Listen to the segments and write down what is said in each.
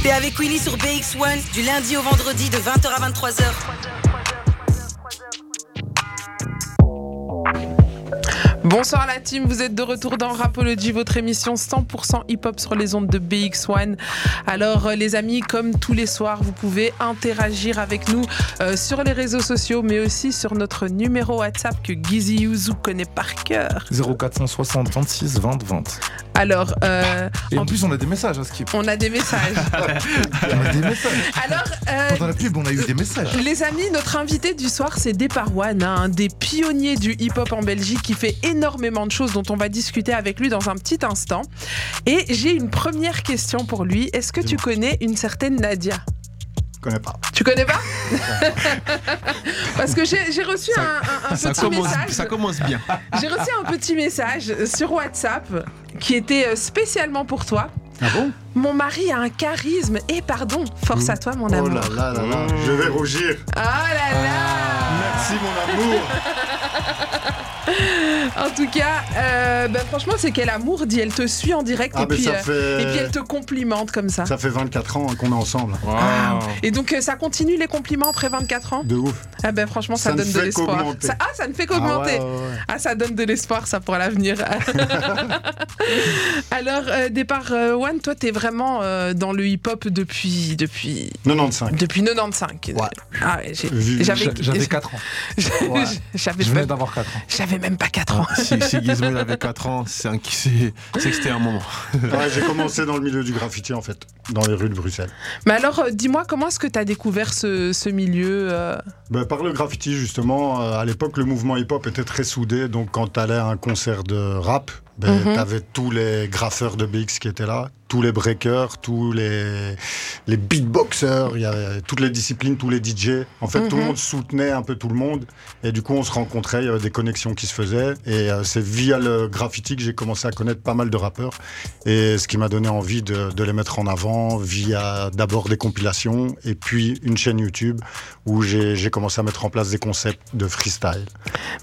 T'es avec Winnie sur BX1 du lundi au vendredi de 20h à 23h. Bonsoir la team, vous êtes de retour dans Rapology, votre émission 100% hip-hop sur les ondes de BX1. Alors euh, les amis, comme tous les soirs, vous pouvez interagir avec nous euh, sur les réseaux sociaux, mais aussi sur notre numéro WhatsApp que Gizzy Yuzu connaît par cœur. 0460 26 20 20. Alors, euh, Et En- en plus, on a des messages à Skip. on a des messages. On a des messages. Alors, euh, Pendant la pub, on a eu des messages. Les amis, notre invité du soir, c'est Deparwan, hein, un des pionniers du hip-hop en Belgique qui fait énormément de choses dont on va discuter avec lui dans un petit instant. Et j'ai une première question pour lui. Est-ce que tu connais une certaine Nadia Je connais pas. Tu connais pas Parce que j'ai j'ai reçu un, un- un Ça petit commence, message. ça commence bien. J'ai reçu un petit message sur WhatsApp qui était euh, spécialement pour toi. Ah bon Mon mari a un charisme et pardon, Mm. force à toi mon Oh amour. là là là là, Mmh. je vais rougir. Ah là là Merci mon amour. En tout cas, euh, bah, franchement, c'est quel amour dit. Elle te suit en direct Ah et, mais puis, ça euh, et puis elle fait te complimente comme ça. ça fait 24 ans qu'on est ensemble. Ah. Et donc euh, ça continue les compliments après 24 ans De ouf. Ah ben franchement ça, Ça ne donne de fait l'espoir. qu'augmenter. Ça- ah ça ne fait Ah qu'augmenter. ouais, ouais, ouais. Ah, ça donne de l'espoir, ça, pour l'avenir. Alors, euh, départ euh, One, toi, t'es vraiment euh, dans le hip-hop depuis, depuis, 95. depuis 95. Ouais. Ah ouais, j'ai- Vu- j'avais, J'avais 4 ans. Ouais. j'avais, Je venais pas- d'avoir 4 ans. j'avais même pas 4 ans. Ah, Si, si Gizmo il avait 4 ans, c'est un- c'est- c'est que c'était un moment. Ouais, j'ai commencé dans le milieu du graffiti en fait, dans les rues de Bruxelles. Mais alors, euh, dis-moi, comment est-ce que t'as découvert ce, ce milieu euh, Ben, par le graffiti justement, euh, à l'époque le mouvement hip-hop était très soudé, donc quand t'allais à un concert de rap, ben, Mhm. t'avais tous les graffeurs de BX qui étaient là, tous les breakers, tous les, les beatboxers, il y avait toutes les disciplines, tous les DJ. En fait, tout le Mhm. monde soutenait un peu tout le monde, et du coup on se rencontrait, il y avait des connexions qui se faisaient, et euh, c'est via le graffiti que j'ai commencé à connaître pas mal de rappeurs, et ce qui m'a donné envie de, de les mettre en avant via d'abord des compilations, et puis une chaîne YouTube où j'ai j'ai commencé à mettre en place des concepts de freestyle.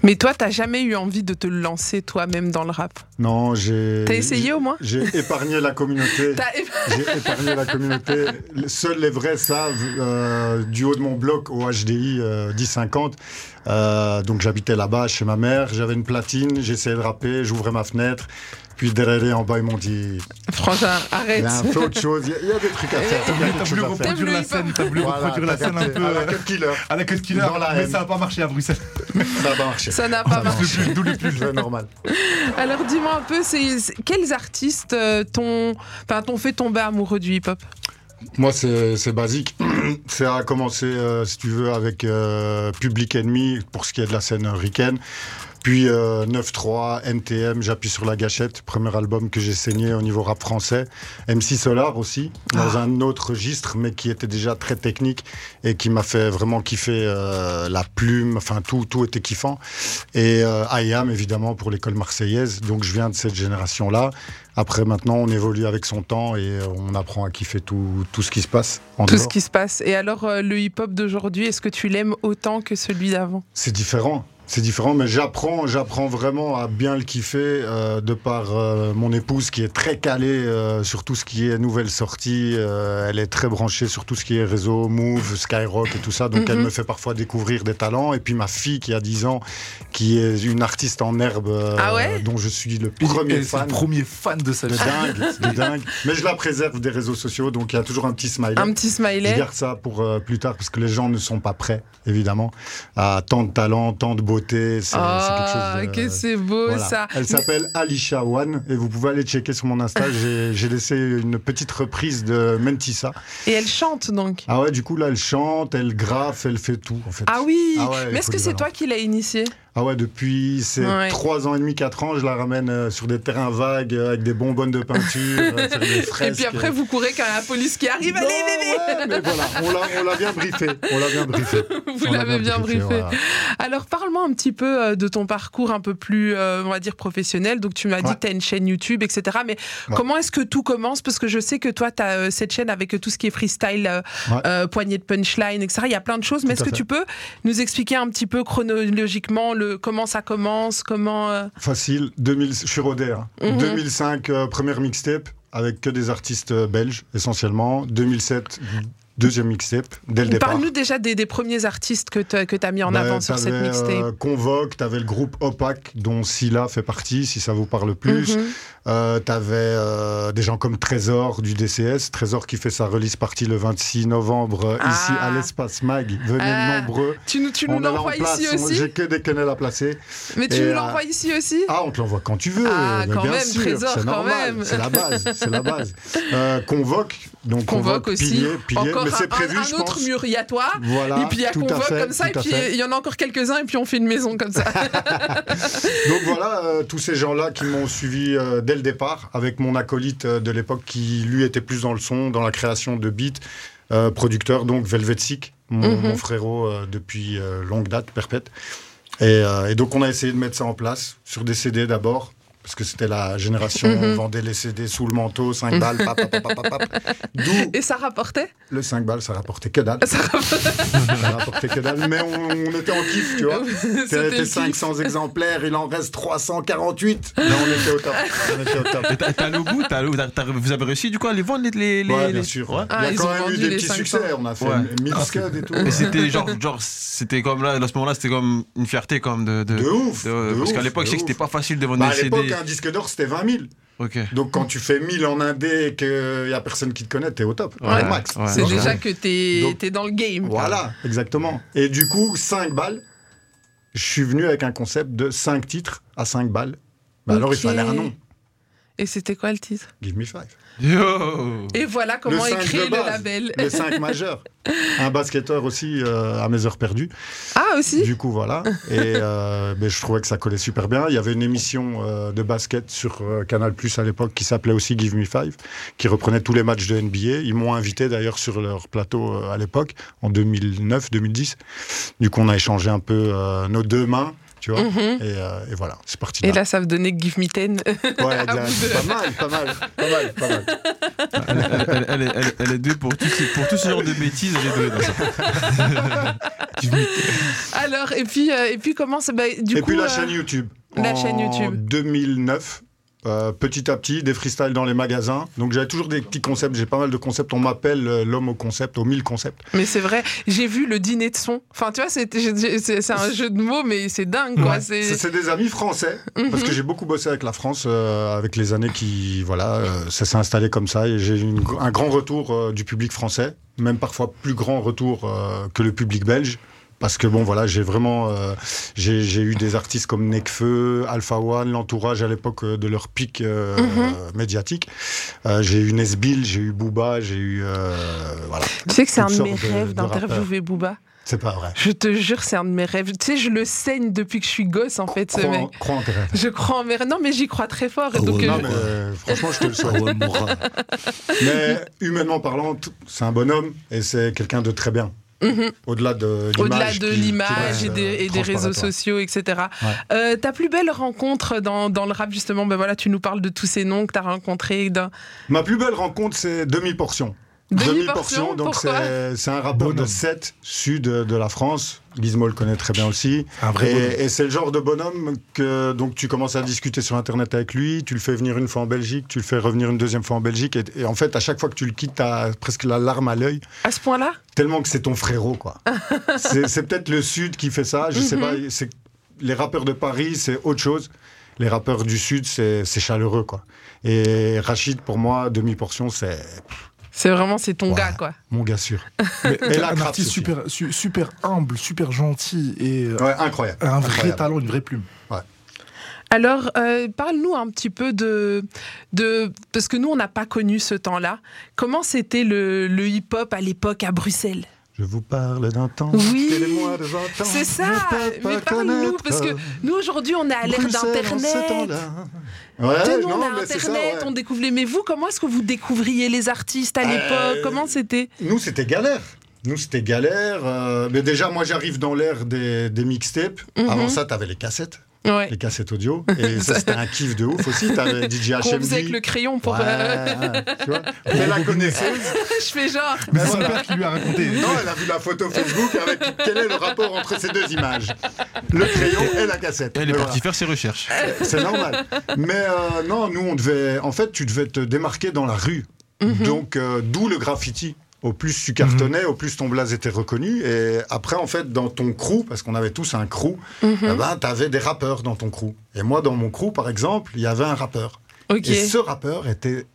Mais toi, t'as jamais eu envie de te lancer toi-même dans le rap Non, j'ai. T'as essayé au moins J'ai j'ai épargné la communauté. T'as- J'ai épargné la communauté. Le- Seuls les vrais savent, euh, du haut de mon bloc au HDI euh, 1050. Euh, donc j'habitais là-bas chez ma mère, j'avais une platine, j'essayais de rapper, j'ouvrais ma fenêtre. Puis derrière en bas, ils m'ont dit Frangin, il arrête. y a un peu autre chose, il y a- il y, a des trucs à faire. il y a quelque chose à faire. T'as voulu reproduire la pas- scène, t'as voulu Voilà, reproduire la t'as scène un capté. peu À la euh, cut killer, à la cut killer, Dans la mais haine. ça n'a pas marché à Bruxelles. ça va marcher. Ça n'a pas Ça va marché. D'où le pull, d'où le pull. C'est normal. Alors dis-moi un peu, c'est- c'est- quels artistes euh, t'ont enfin, t'ont fait tomber amoureux du hip-hop Moi, c'est c'est basique. Ça a commencé, euh, si tu veux, avec euh, Public Enemy pour ce qui est de la scène ricaine. Puis euh, 9-3, NTM, J'appuie sur la gâchette, premier album que j'ai saigné au niveau rap français. MC Solar aussi, dans Ah. un autre registre, mais qui était déjà très technique et qui m'a fait vraiment kiffer euh, la plume, enfin tout, tout était kiffant. Et euh, I Am, évidemment, pour l'école marseillaise. Donc je viens de cette génération-là. Après, maintenant, on évolue avec son temps et euh, on apprend à kiffer tout, tout ce qui se passe en Tout ce dehors. qui se passe. Et alors euh, le hip-hop d'aujourd'hui, est-ce que tu l'aimes autant que celui d'avant C'est différent. C'est différent, mais j'apprends, j'apprends vraiment à bien le kiffer euh, de par euh, mon épouse qui est très calée euh, sur tout ce qui est nouvelles sorties. euh, elle est très branchée sur tout ce qui est réseau, Move, Skyrock et tout ça. Donc elle Mhm. me fait parfois découvrir des talents. Et puis ma fille qui a 10 ans, qui est une artiste en herbe, euh, Ah ouais dont je suis le premier Et c'est fan. le premier fan de sa De vie. dingue, de dingue. Mais je la préserve des réseaux sociaux, donc il y a toujours un petit smiley. Un petit Je smiley garde ça pour euh, plus tard parce que les gens ne sont pas prêts, évidemment, à tant de talent, tant de beauté. C'est c'est Ah, quelque chose de- que c'est beau voilà. ça Elle s'appelle Alisha One et vous pouvez aller checker sur mon Insta. J'ai j'ai laissé une petite reprise de Mentissa. Et elle chante donc Ah ouais, du coup là, elle chante, elle graffe, elle fait tout en fait. Ah oui Ah ouais, elle Mais est est-ce que c'est polyvalente. toi qui l'as initié Ah ouais, depuis ces Ouais. trois ans et demi, quatre ans, je la ramène euh, sur des terrains vagues euh, avec des bonbonnes de peinture, euh, faire des Et fresques. puis après vous courez quand la police qui arrive, Non, allez bébé ouais, mais voilà, on l'a- on l'a bien briefé. On l'a bien briefé. Vous On l'a l'avez bien briefé. voilà. Alors, parle-moi un petit peu euh, de ton parcours un peu plus, euh, on va dire, professionnel. Donc, tu m'as dit Ouais. que tu as une chaîne YouTube, etc. Mais Ouais. comment est-ce que tout commence Parce que je sais que toi, tu as cette chaîne avec euh, tout ce qui est freestyle, euh, Ouais. euh, poignée de punchline, etc. Il y a plein de choses. Mais est-ce Tout à que fait. tu peux nous expliquer un petit peu chronologiquement le, comment ça commence Comment. euh, Facile, 2000, je suis rodé. hein. Mhm. 2005, euh, première mixtape. avec que des artistes euh, belges, essentiellement. 2007, deuxième mixtape, dès le départ. Parle-nous déjà des, des premiers artistes que tu as mis en Bah, avant sur cette t'avais, mixtape. euh, Convoque, t'avais le groupe Opaque, dont Silla fait partie, si ça vous parle plus. Mhm. Euh, t'avais euh, des gens comme Trésor du DCS, Trésor qui fait sa release partie le 26 novembre, euh, ici Ah. à l'espace MAG. Venez Ah. nombreux. Tu nous, tu nous On a là en l'envoies place, ici on- aussi J'ai que des quenelles à placer. Mais tu Et, nous euh, l'envoies ici aussi Ah, on te l'envoie quand tu veux. Ah, mais quand bien même, sûr, Trésor, c'est quand normal, même. C'est la base, c'est la base. Euh, convoque, donc Convoque aussi. Pilier, pilier, Encore mais c'est un, prévu, un je autre pense. muriatoire. Voilà, et puis il y a tout à Convoque fait, comme ça, et tout à puis euh, fait. il y en a encore quelques-uns, et puis on fait une maison comme ça. Donc voilà, euh, tous ces gens-là qui m'ont suivi euh, dès le départ, avec mon acolyte euh, de l'époque qui, lui, était plus dans le son, dans la création de beats, euh, producteur, donc Velvet Sick, mon, Mhm. mon frérot euh, depuis euh, longue date, perpète. Et, euh, et donc on a essayé de mettre ça en place, sur des CD d'abord, parce que c'était la génération, Mhm. on vendait les CD sous le manteau, 5 balles, pap, pap, pap, pap, pap. D'où et ça rapportait le 5 balles, ça rapportait que dalle. Ça rapportait. ça rapportait que dalle, mais on, on était en kiff, tu vois. C'était le C'était kiff. 500 exemplaires, il en reste 348. Là, on était au top. On était au top. Et t'as- t'es allé au bout t'as- t'as- t'as- Vous avez réussi du coup à les vendre les. les, les- Ouais, les- bien sûr. Ouais. Ah, il y ils a quand ont même vendu eu des les petits 500. succès. On a fait Ouais. Ah, 1000 scuds et tout. Et c'était genre, genre c'était comme là, à ce moment-là, c'était comme une fierté comme de. de- De ouf. de- de parce ouf, qu'à l'époque, de je sais que ouf. c'était pas facile de vendre Bah, à des l'époque, CD. un disque d'or, c'était 20 000. Ok. Donc, quand tu fais 1000 en indé et qu'il n'y a personne qui te connaît, t'es au top. Ouais. au max. Ouais. C'est Donc, déjà ouais. que t'es Donc- t'es dans le game. Voilà, exactement. Et du coup, 5 balles. Je suis venu avec un concept de 5 titres à 5 balles. Bah, Alors, il Ok. fallait un nom. Et c'était quoi le titre Give me 5. Yo Et voilà comment Le est cinq créé de le base. label. Les 5 majeurs. Un basketteur aussi euh, à mes heures perdues. Ah aussi Du coup, voilà. Et euh, ben, je trouvais que ça collait super bien. Il y avait une émission euh, de basket sur euh, Canal Plus à l'époque qui s'appelait aussi Give Me Five, qui reprenait tous les matchs de NBA. Ils m'ont invité d'ailleurs sur leur plateau euh, à l'époque, en 2009-2010. Du coup, on a échangé un peu euh, nos deux mains, tu vois. Mhm. Et, euh, et voilà, c'est parti. Et là. là, ça me donnait Give Me Ten. Ouais, à exact. vous deux. pas mal, pas mal, pas mal, pas mal. elle, elle- elle- elle est- elle- elle est deux pour tout, ce- pour tout ce genre de bêtises, elle est deux dans ça. Alors, et puis, euh, et puis comment c'est bah, Du et coup, puis la euh, chaîne YouTube. la En chaîne YouTube. 2009. euh, petit à petit, des freestyles dans les magasins. Donc j'avais toujours des petits concepts, j'ai pas mal de concepts. On m'appelle euh, l'homme au concept, au mille concepts. mais c'est vrai, j'ai vu le dîner de son. Enfin, tu vois, c'est j'ai- c'est- c'est un jeu de mots, mais c'est dingue, quoi. Ouais. c'est- C'est c'est des amis français, parce Mhm. que j'ai beaucoup bossé avec la France, euh, avec les années qui. Voilà, euh, ça s'est installé comme ça. Et j'ai eu une gr- un grand retour euh, du public français, même parfois plus grand retour euh, que le public belge. Parce que bon, voilà, j'ai vraiment. euh, j'ai j'ai eu des artistes comme Nekfeu, Alpha One, l'entourage à l'époque euh, de leur pic euh, Mhm. euh, médiatique. Euh, j'ai eu Nesbill, j'ai eu Booba, j'ai eu. euh, voilà. Tu sais que c'est un Toutes de mes sortes de- rêves de d'interviewer Booba. C'est pas vrai. Je te jure, c'est un de mes rêves. Tu sais, je le saigne depuis que je suis gosse, en fait, ce Crois en, mec. crois en tes rêves. Je crois en mes rêves. Non, mais j'y crois très fort. et donc, Non, euh, mais, euh, franchement, je te le souhaite. Mais humainement parlant, tout- c'est un bonhomme et c'est quelqu'un de très bien. Mhm. Au-delà de l'image. Au-delà qui- de qui l'image et reste, des, euh, et des réseaux transparatoire. sociaux, etc. Ouais. Euh, ta plus belle rencontre dans, dans le rap, justement, ben voilà, tu nous parles de tous ces noms que tu as rencontrés. d'un- Ma plus belle rencontre, c'est Demi-Portion. Demi-portion, donc pourquoi c'est c'est un rappeur de Bonhomme. 7, sud de la France. Gizmo le connaît très bien aussi. Un Et, et c'est le genre de bonhomme que donc tu commences à discuter sur Internet avec lui, tu le fais venir une fois en Belgique, tu le fais revenir une deuxième fois en Belgique. Et, et en fait, à chaque fois que tu le quittes, t'as presque la larme à l'œil. À ce point-là tellement que c'est ton frérot, quoi. c'est c'est peut-être le Sud qui fait ça, je sais Mhm. pas. c'est- Les rappeurs de Paris, c'est autre chose. Les rappeurs du Sud, c'est c'est chaleureux, quoi. Et Rachid, pour moi, demi-portion, c'est C'est vraiment, c'est ton Ouais. gars, quoi. mon gars sûr. Mais Et la un craft artiste aussi. super, su- super humble, super gentil et euh, Ouais, incroyable. un vrai incroyable. talent, une vraie plume. Alors, euh, parle-nous un petit peu de, de... Parce que nous, on n'a pas connu ce temps-là. Comment c'était le, le hip-hop à l'époque à Bruxelles Je vous parle d'un temps. Oui. que les mois de vingt ans C'est ça. ne peuvent Mais pas parle-nous, connaître. parce que Nous, aujourd'hui, on est à l'ère Bruxelles en ce d'Internet. temps-là. Tu sais, Ouais, nous, on non, a mais c'est ça, Internet, ouais. on découvre les... Mais vous, comment est-ce que vous découvriez les artistes à Euh, l'époque Comment c'était Nous, c'était galère. Nous, c'était galère. euh, mais déjà, moi, j'arrive dans l'ère des, des mixtapes. Mhm. Avant ça, t'avais les cassettes. Ouais. les cassettes audio. Et ça, c'était un kiff de ouf aussi. T'avais DJ Qu'on faisait avec HMD. le crayon pour. Ouais, euh, ouais, tu vois. Mais la connaisseuse, je fais genre. Mais à son père qui lui a raconté. non, elle a vu la photo Facebook avec quel est le rapport entre ces deux images Le crayon et la cassette. Elle est Mais partie faire ses recherches. voilà, C'est normal. Mais euh, non, nous, on devait. En fait, tu devais te démarquer dans la rue. Mhm. Donc, euh, d'où le graffiti. Au plus tu cartonnais, Mhm. au plus ton blaze était reconnu. Et après, en fait, dans ton crew, parce qu'on avait tous un crew, Mhm. eh ben, tu avais des rappeurs dans ton crew. Et moi, dans mon crew, par exemple, il y avait un rappeur. Ok. Et ce rappeur était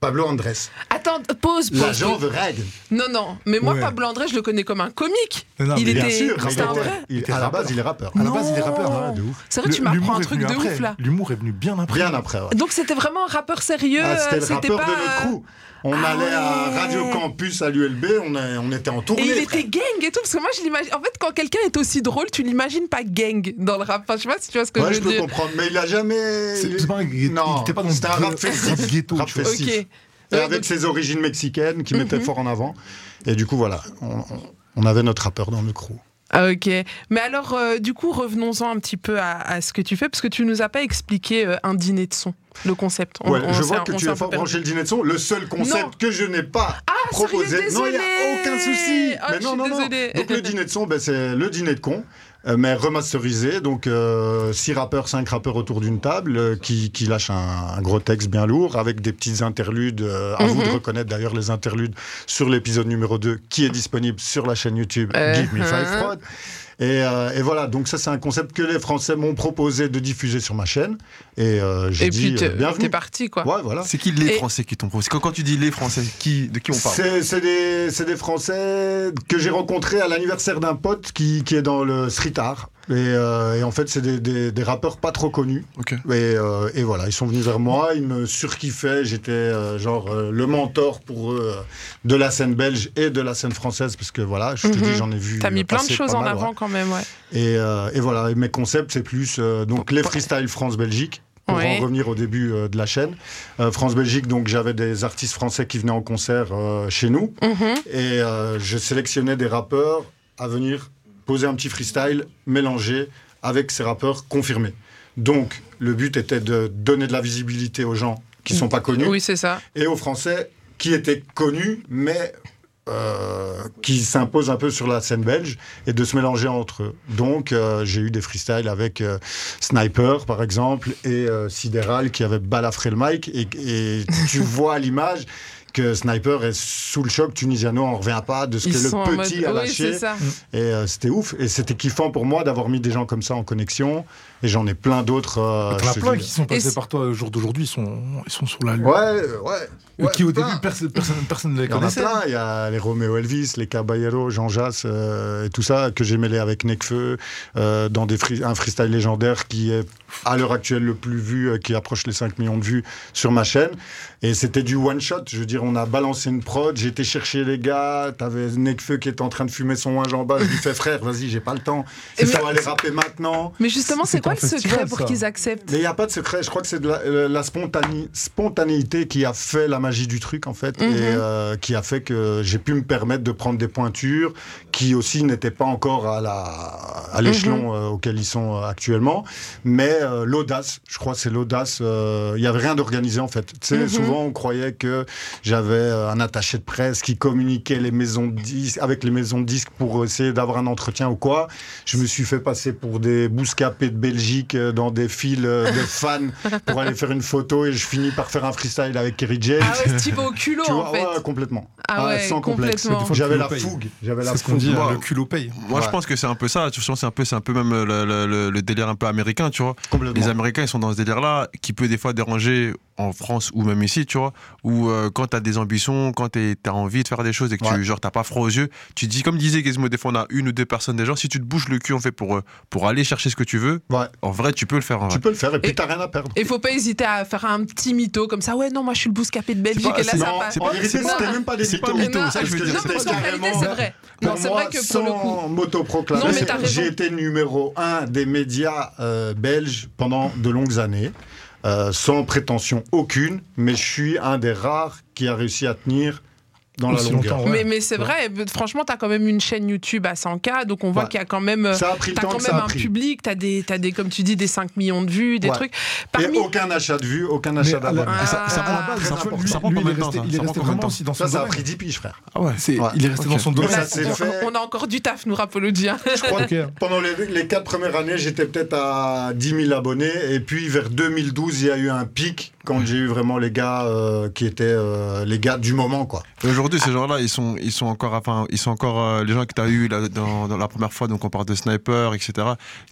Pablo Andrés, Attends, pause, pause. l'agent de Reg. Non, non, mais moi, Ouais. Pablo André, je le connais comme un comique. Non, non, il mais était. Bien sûr, c'était mais un ouais, vrai. il- Il était à la rappeur. base, il est rappeur. À la base, il est Non. rappeur. Ouais, de ouf. C'est vrai, tu Le- m'apprends l'humour un est truc de venu après. ouf là. L'humour est venu bien après. Bien après, ouais. Donc c'était vraiment un rappeur sérieux. Ah, euh, c'était le c'était rappeur pas. de notre euh, crew. On Ah allait à ouais. Radio Campus à l'ULB, on, a- on était en Et tournée. il frère. était gang et tout, parce que moi je l'imagine. En fait, quand quelqu'un est aussi drôle, tu l'imagines pas gang dans le rap. Enfin, je sais pas si tu vois ce que Ouais, je je veux peux dire. comprendre, mais il a jamais. C'est c'est pas un ghetto. Non, il était pas dans c'était un le rap festif. rap ghetto. Rap tu vois. festif. Ok. Et Ouais, avec donc- ses origines mexicaines qui mettaient Mhm. fort en avant. Et du coup, voilà, on, on- on avait notre rappeur dans le crew. Ah, Ok, mais alors euh, du coup revenons-en un petit peu à, à ce que tu fais parce que tu nous as pas expliqué euh, un dîner de son, le concept. On- Ouais, on je s'est- vois que on tu s'est as un peu pas perdu. branché le dîner de son. Le seul concept Non. que je n'ai pas Ah, proposé. sérieux, non, il désolée. n'y a aucun souci. Ah, mais je non, suis non, non. désolée. Donc le dîner de son, ben, c'est le dîner de con. euh, Mais remasterisé, donc 6 rappeurs, 5 rappeurs autour d'une table euh, qui, qui lâchent un, un gros texte bien lourd avec des petites interludes. euh, à vous de Mhm. reconnaître d'ailleurs les interludes sur l'épisode numéro 2 qui est disponible sur la chaîne YouTube Euh, Give Me Five hein. Fraud. Et, euh, et voilà, donc ça c'est un concept que les Français m'ont proposé de diffuser sur ma chaîne. Et euh, j'ai Et dit puis euh, t'es bienvenue. t'es parti quoi. Ouais, voilà. C'est qui les Et- Français qui t'ont proposé quand, quand tu dis les Français, qui, de qui on parle C'est c'est des, c'est des Français que j'ai rencontrés à l'anniversaire d'un pote qui, qui est dans le street art. Et, euh, et en fait, c'est des, des- des rappeurs pas trop connus. Ok. Et, euh, et voilà, ils sont venus vers moi, ils me surkiffaient. J'étais euh, genre euh, le mentor pour eux euh, de la scène belge et de la scène française. Parce que voilà, je te Mhm. dis, j'en ai vu. T'as mis plein de passer choses pas en mal, avant ouais. quand même, ouais. Et, euh, et voilà, et mes concepts, c'est plus euh, donc les freestyle France-Belgique. Pour Ouais. en revenir au début euh, de la chaîne, Euh, France-Belgique, donc j'avais des artistes français qui venaient en concert euh, chez nous. Mhm. Et euh, je sélectionnais des rappeurs à venir poser un petit freestyle mélangé avec ces rappeurs confirmés. Donc, le but était de donner de la visibilité aux gens qui sont pas connus Mm-hmm. Oui, c'est ça. et aux Français qui étaient connus, mais euh, qui s'imposent un peu sur la scène belge et de se mélanger entre eux. Donc, euh, j'ai eu des freestyles avec euh, Sniper, par exemple, et euh, Sidéral qui avait balafré le mic. Et, et tu vois à l'image que Sniper est sous le choc tunisiano, on ne revient pas de ce que Ils sont en le mode. petit a Oui, lâché. c'est ça. Et euh, c'était ouf. Et c'était kiffant pour moi d'avoir mis des gens comme ça en connexion. Et j'en ai plein d'autres. euh, T'en as je te plein dis. qui sont Et c'est- passés par toi au jour d'aujourd'hui, ils sont, ils sont sur la lune. Ouais, ouais. Euh, qui au plein. début, perso- personne, personne ne les Il y en a connaissait. plein, il y a les Roméo Elvis, les Caballero, Jean Jass euh, et tout ça, que j'ai mêlé avec Necfeu euh, dans des free- un freestyle légendaire qui est à l'heure actuelle le plus vu, euh, qui approche les 5 millions de vues sur ma chaîne. Et c'était du one shot, je veux dire, on a balancé une prod, j'ai été chercher les gars, t'avais Necfeu qui était en train de fumer son linge en bas, je lui fais frère, vas-y, j'ai pas le temps, Et il faut mais- aller rapper maintenant. Mais justement, c'est C'est quoi un le secret festival, pour ça. qu'ils acceptent Mais il n'y a pas de secret, je crois que c'est de la, euh, la spontani- spontanéité qui a fait la magie du truc en fait, Mhm. et euh, qui a fait que j'ai pu me permettre de prendre des pointures qui aussi n'étaient pas encore à la à l'échelon Mhm. euh, auquel ils sont euh, actuellement, mais euh, l'audace, je crois que c'est l'audace, euh, il n'y avait rien d'organisé en fait. Tu sais, Mhm. souvent on croyait que j'avais euh, un attaché de presse qui communiquait les maisons de disques, avec les maisons de disques pour essayer d'avoir un entretien ou quoi. Je me suis fait passer pour des bouscapés de Belgique euh, dans des files euh, de fans pour aller faire une photo et je finis par faire un freestyle avec Kerry James. Ah ouais, Steve au culot tu vois, en fait. ouais, complètement. Ah ouais, sans complexe. complètement. fois, J'avais tu la le payes. fougue. J'avais la C'est ce qu'on fougue. dit, hein. Wow. le culot paye. Moi, je Ouais. pense que c'est un peu ça. Je pense que c'est un peu, c'est un peu même le, le- le- le délire un peu américain, tu vois. Les Complètement. Américains, ils sont dans ce délire-là qui peut des fois déranger en France ou même ici, tu vois. Où euh, quand t'as des ambitions, quand t'es- t'as envie de faire des choses et que tu, Ouais. genre, t'as pas froid aux yeux, tu dis, comme disait Gizmo, des fois, on a une ou deux personnes des gens. Si tu te bouges le cul, en fait, pour, euh, pour aller chercher ce que tu veux, Ouais. en vrai, tu peux le faire. en Tu vrai. peux le faire et Et- puis t'as rien à perdre. Et faut pas hésiter à faire un petit mytho comme ça. Ouais, non, moi je suis le bouscapé de Belgique pas- et là c'est- ça non, va. c'est en pas- vérité, c'est c'était pas- même pas des c'est pas mythos. mytho, Non, ça, je veux parce dire, Non, que c'est parce pas qu'en réalité, carrément- c'est vrai. euh, Pour Non, c'est moi, vrai que pour le sans coup. m'autoproclamer, Non, mais t'as raison. j'ai été numéro un des médias euh, belges pendant de longues années, euh, sans prétention aucune, mais je suis un des rares qui a réussi à tenir dans la Aussi longueur. longtemps, ouais. mais mais c'est vrai, franchement, t'as quand même une chaîne YouTube à 100K, donc on voit Ouais. qu'il y a quand même. Ça a pris le Euh, T'as temps quand que même ça a un pris. public, t'as des, t'as des, comme tu dis, des 5 millions de vues, des Ouais. trucs. Et Parmi, aucun achat de vue, aucun achat à la- d'abonnement. Ah, ça, ça prend la base, ça tu vois, prend- lui- ça prend lui, combien il de est temps, resté- ça Il est Ça resté prend combien de vraiment temps aussi dans son Ça, ça a domaine. pris 10 piges, frère. Ah ouais, c'est- Ouais. il est resté Ok. dans son Mais domaine. on, a, ça s'est Bah, on- fait- on a encore du taf, nous, Rapologie. hein. Je crois Ok. que pendant les, les quatre premières années, j'étais peut-être à 10 000 abonnés. Et puis vers 2012, il y a eu un pic quand j'ai eu vraiment les gars euh, qui étaient euh, les gars du moment, quoi. Et Aujourd'hui, ces gens-là, ils sont, ils sont encore, enfin, ils sont encore euh, les gens que tu as eu là, dans, dans la première fois. Donc, on parle de sniper, etc.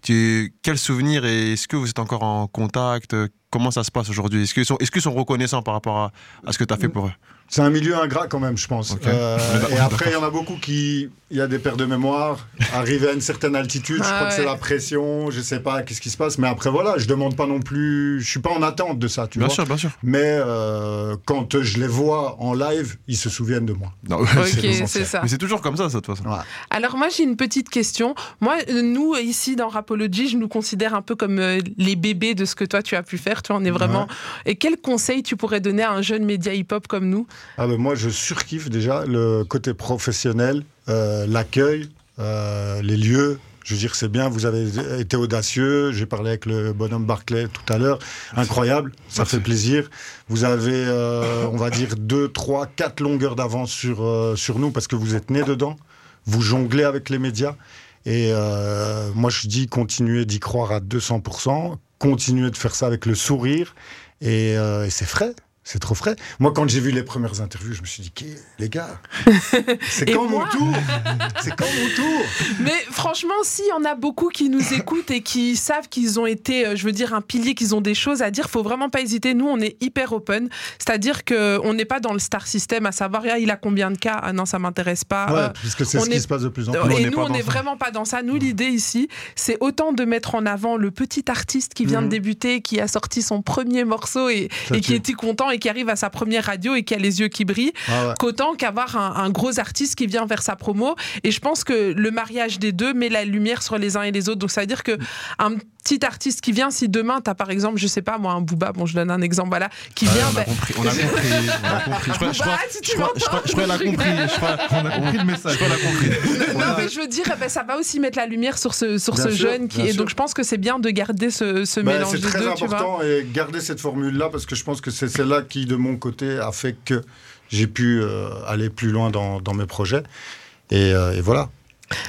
Tu, quel souvenir et est-ce que vous êtes encore en contact euh, Comment ça se passe aujourd'hui Est-ce qu'ils sont, est-ce qu'ils sont reconnaissants par rapport à, à ce que tu as fait pour eux C'est un milieu ingrat quand même, je pense. Ok. Euh, On est d'accord. et après, il y en a beaucoup qui, il y a des pertes de mémoire, arrivés à une certaine altitude, je Ah crois que c'est ouais. la pression, je sais pas qu'est-ce qui se passe, mais après voilà, je demande pas non plus, je suis pas en attente de ça, tu Bien vois. sûr, bien sûr. Mais euh, quand je les vois en live, ils se souviennent de moi. Non, ouais, c'est- Ok, l'essentiel. c'est ça. mais c'est toujours comme ça, ça, de toute façon. Alors moi j'ai une petite question. Moi, euh, nous ici dans Rapology, je nous considère un peu comme euh, les bébés de ce que toi tu as pu faire. Tu en es vraiment. Et quel conseil tu pourrais donner à un jeune média hip-hop comme nous Ah ben moi, je surkiffe déjà le côté professionnel, euh, l'accueil, euh, les lieux. Je veux dire, c'est bien, vous avez été audacieux. J'ai parlé avec le bonhomme Barclay tout à l'heure. Incroyable, ça fait plaisir. Vous avez, euh, on va dire, deux, trois, quatre longueurs d'avance sur, euh, sur nous parce que vous êtes nés dedans. Vous jonglez avec les médias. Et euh, moi, je dis, continuez d'y croire à 200%. Continuez de faire ça avec le sourire. Et, euh, et c'est frais. C'est trop frais. Moi, quand j'ai vu les premières interviews, je me suis dit, Qu'est- les gars, c'est Et quand mon moi tour C'est quand mon tour Mais franchement, s'il y en a beaucoup qui nous écoutent et qui savent qu'ils ont été, euh, je veux dire, un pilier, qu'ils ont des choses à dire, faut vraiment pas hésiter. Nous, on est hyper open, c'est-à-dire que on n'est pas dans le star system, à savoir ah, il a combien de cas, ah non ça m'intéresse pas. Ouais, Euh, parce que c'est on ce qui est- se passe de plus en on plus. et n'est nous, pas on dans n'est ça. vraiment pas dans ça. Nous, l'idée ici, c'est autant de mettre en avant le petit artiste qui vient de Mhm. débuter, qui a sorti son premier morceau et, Ça et qui est tue. content et qui arrive à sa première radio et qui a les yeux qui brillent, Ah ouais. qu'autant qu'avoir un, un gros artiste qui vient vers sa promo. Et je pense que le mariage des deux met la lumière sur les uns et les autres. Donc ça veut dire que un petit artiste qui vient, si demain t'as par exemple, je sais pas moi, un Booba, bon je donne un exemple, voilà, qui Ouais, vient, on, a ben, compris, on a compris, on a compris. Je crois, je crois, Bah, si tu je crois, je crois- je crois qu'elle a compris. Je crois, On a compris le message. je crois qu'elle a compris. Non, mais je veux dire, eh ben, ça va aussi mettre la lumière sur ce, sur Bien ce sûr, jeune. Qui, bien et sûr. donc, je pense que c'est bien de garder ce, ce Ben, mélange c'est des très deux, tu vois. important et garder cette formule-là parce que je pense que c'est celle-là qui, de mon côté, a fait que j'ai pu euh, aller plus loin dans, dans mes projets. Et, euh, et voilà.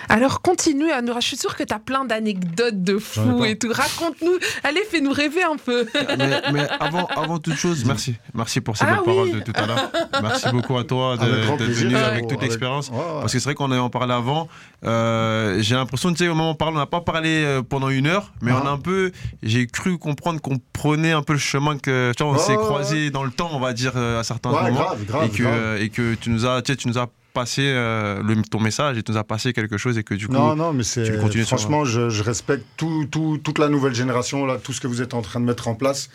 Alors, continue à nous. Je suis sûre que tu as plein d'anecdotes de J'en ai fous pas. et tout. Raconte-nous. Allez, fais-nous rêver un peu. mais, mais avant, avant toute chose, merci. Merci pour ces Ah belles oui. paroles de tout à l'heure. Merci beaucoup à toi de- Avec grand d'être plaisir. Euh, venu Ouais. avec toute l'expérience. Ouais, ouais. Parce que c'est vrai qu'on avait en parlé avant. Euh, j'ai l'impression, tu sais, au moment où on parle, on n'a pas parlé euh, pendant une heure, mais Ah. on a un peu. J'ai cru comprendre qu'on prenait un peu le chemin que. Tu vois, on Ouais, s'est ouais, croisés dans le temps, on va dire, euh, à certains Ouais, moments. grave, grave, et, que, grave. euh, et que tu nous as, tu sais, tu nous as passé euh, le, ton message et tu nous as passé quelque chose et que du coup. Non, non, mais tu c'est veux continuer sur- franchement, je, je respecte tout, tout- toute la nouvelle génération, là, tout ce que vous êtes en train de mettre en place.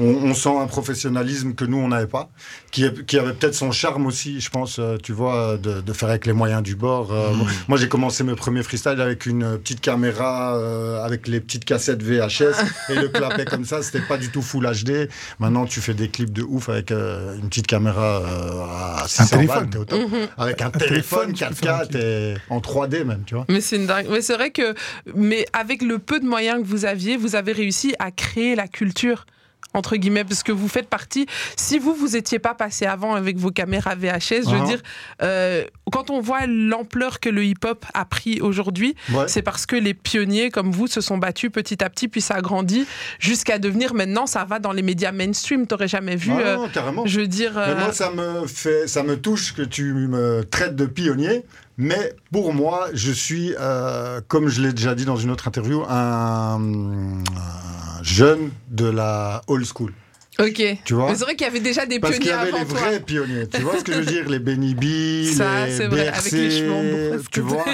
On, on sent un professionnalisme que nous on n'avait pas, qui, est- qui avait peut-être son charme aussi, je pense, euh, tu vois, de, de faire avec les moyens du bord. Euh, moi- Moi, j'ai commencé mes premiers freestyles avec une petite caméra, euh, avec les petites cassettes VHS et le clapet comme ça. C'était pas du tout Full HD. Maintenant, tu fais des clips de ouf avec euh, une petite caméra euh, à 600 balles, téléphone. t'es au top. avec un, téléphone, téléphone tu peux faire un 4K et en 3D même, tu vois. Mais c'est une dingue. Mais c'est vrai que, mais avec le peu de moyens que vous aviez, vous avez réussi à créer la culture entre guillemets, parce que vous faites partie. Si vous vous étiez pas passé avant avec vos caméras VHS, je veux Ah. dire, euh, quand on voit l'ampleur que le hip-hop a pris aujourd'hui, Ouais. c'est parce que les pionniers comme vous se sont battus petit à petit, puis ça a grandi jusqu'à devenir maintenant, ça va dans les médias mainstream. T'aurais jamais vu, Ah euh, non, carrément. je veux dire. Mais euh, moi, ça me fait, ça me touche que tu me traites de pionnier. Mais pour moi, je suis, euh, comme je l'ai déjà dit dans une autre interview, un, un jeune de la old school. euh, Ok. Tu vois Mais c'est vrai qu'il y avait déjà des Parce qu'il pionniers y avait avant les toi. vrais pionniers. Tu vois ce que je veux dire Les Benny B, Ça, les c'est BRC, vrai, avec les cheveux en brosse. tu vois,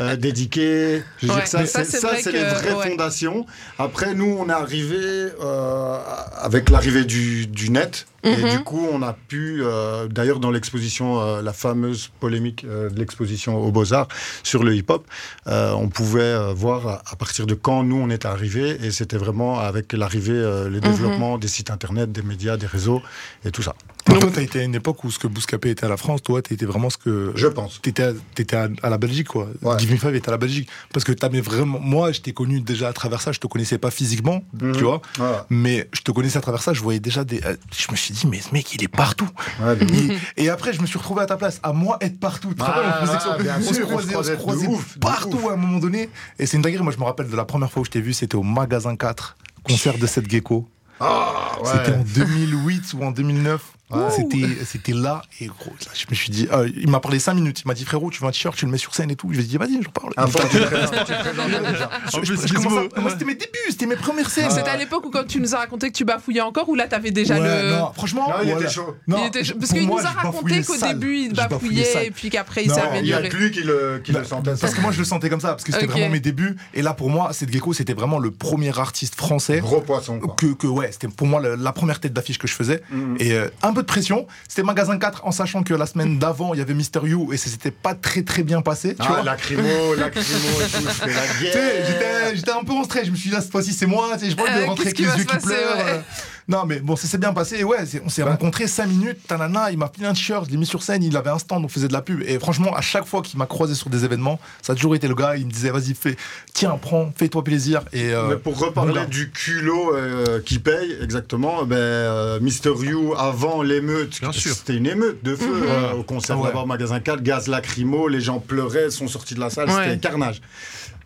euh, Dédiqué. Je veux Ouais, dire, ça, mais ça, c'est c'est ça, vrai c'est que- les vraies ouais. fondations. Après, nous, on est arrivé euh, avec l'arrivée du, du net. Mhm. Et du coup, on a pu, euh, d'ailleurs, dans l'exposition, euh, la fameuse polémique euh, de l'exposition aux Beaux-Arts sur le hip-hop, euh, on pouvait euh, voir à- à partir de quand nous on est arrivé Mhm. et c'était vraiment avec l'arrivée, euh, les développements des sites internet, des médias, des réseaux et tout ça. Par toi, t'as été à une époque où ce que Bouscapé était à la France, toi, t'étais vraiment ce que. Je pense. T'étais à, t'étais à, à la Belgique, quoi. Ouais. Give Me Five était à la Belgique. Parce que t'avais vraiment. Moi, je t'ai connu déjà à travers ça, je te connaissais pas physiquement, Mhm. tu vois. Voilà. Mais je te connaissais à travers ça, je voyais déjà des. euh, Je me suis dit, mais ce mec, il est partout. Ouais, de ouf. Il- Et après, je me suis retrouvé à ta place, à moi être partout. Tu te Ah, rappelles, on faisait que ça. ah, bien on se sûr, croisait, on se de croisait ouf, de partout ouf. à un moment donné. Et c'est une dinguerie. Moi, je me rappelle de la première fois où je t'ai vu, c'était au magasin 4, concert de cette gecko. Ah, ouais. C'était en 2008 ou en 2009. Ah, C'était- C'était là. Et gros, là, je me suis dit, euh, il m'a parlé 5 minutes. Il m'a dit, frérot, tu veux un t-shirt, tu le mets sur scène et tout. Je lui ai dit, vas-y, je parle. Ah, Il me faut que parle. tu te présentes, tu te présentes déjà. Je- je- je commence à- moi, c'était mes débuts, c'était mes premières scènes. Ah. C'était à l'époque où, quand tu nous as raconté que tu bafouillais encore, ou là, t'avais déjà Ouais, le. non, franchement, Non, il était voilà. chaud. Non, Il était- je- Parce pour qu'il nous moi, a je bafouillais raconté qu'au sale. début, il Je bafouillais bafouillait, sale. et puis qu'après, il Non, s'est Non, Il y a amélioré. que lui qui le, qui Bah, le sentait. ça. Parce que moi je le sentais comme ça, parce que c'était Ok. vraiment mes débuts. Et là pour moi, Seth Gecko c'était vraiment le premier artiste français. Gros poisson. quoi. Que, que, ouais, c'était pour moi le- la première tête d'affiche que je faisais. Mm. Et euh, un peu de pression. C'était Magasin 4 en sachant que la semaine d'avant il y avait Mister You et ça s'était pas très très bien passé. Tu Ah, vois lacrymo, lacrymo et tout, c'était la Tu sais, guerre. j'étais- J'étais un peu en stress. Je me suis dit là cette fois-ci c'est moi. Tu sais, je vois Euh, de rentrer avec qu'est-ce les qui yeux va qui se passer, pleurent. ouais. euh. Non mais bon ça s'est bien passé. Et ouais, c'est- on s'est rencontrés 5 minutes. Tanana, il m'a pris un t-shirt, je l'ai mis sur scène. Il avait un stand, on faisait de la pub. Et franchement à chaque fois qu'il m'a croisé sur des événements, ça a toujours été le gars. Il me disait vas-y fais, tiens prends, fais-toi plaisir. Et euh, Mais pour reparler voilà. du culot euh, qui paye, exactement, ben, euh, Mister You, avant l'émeute, Bien sûr. c'était une émeute de feu euh, au concert Ah ouais. d'abord au magasin 4, gaz lacrymo, les gens pleuraient, sont sortis de la salle, Ouais. c'était carnage.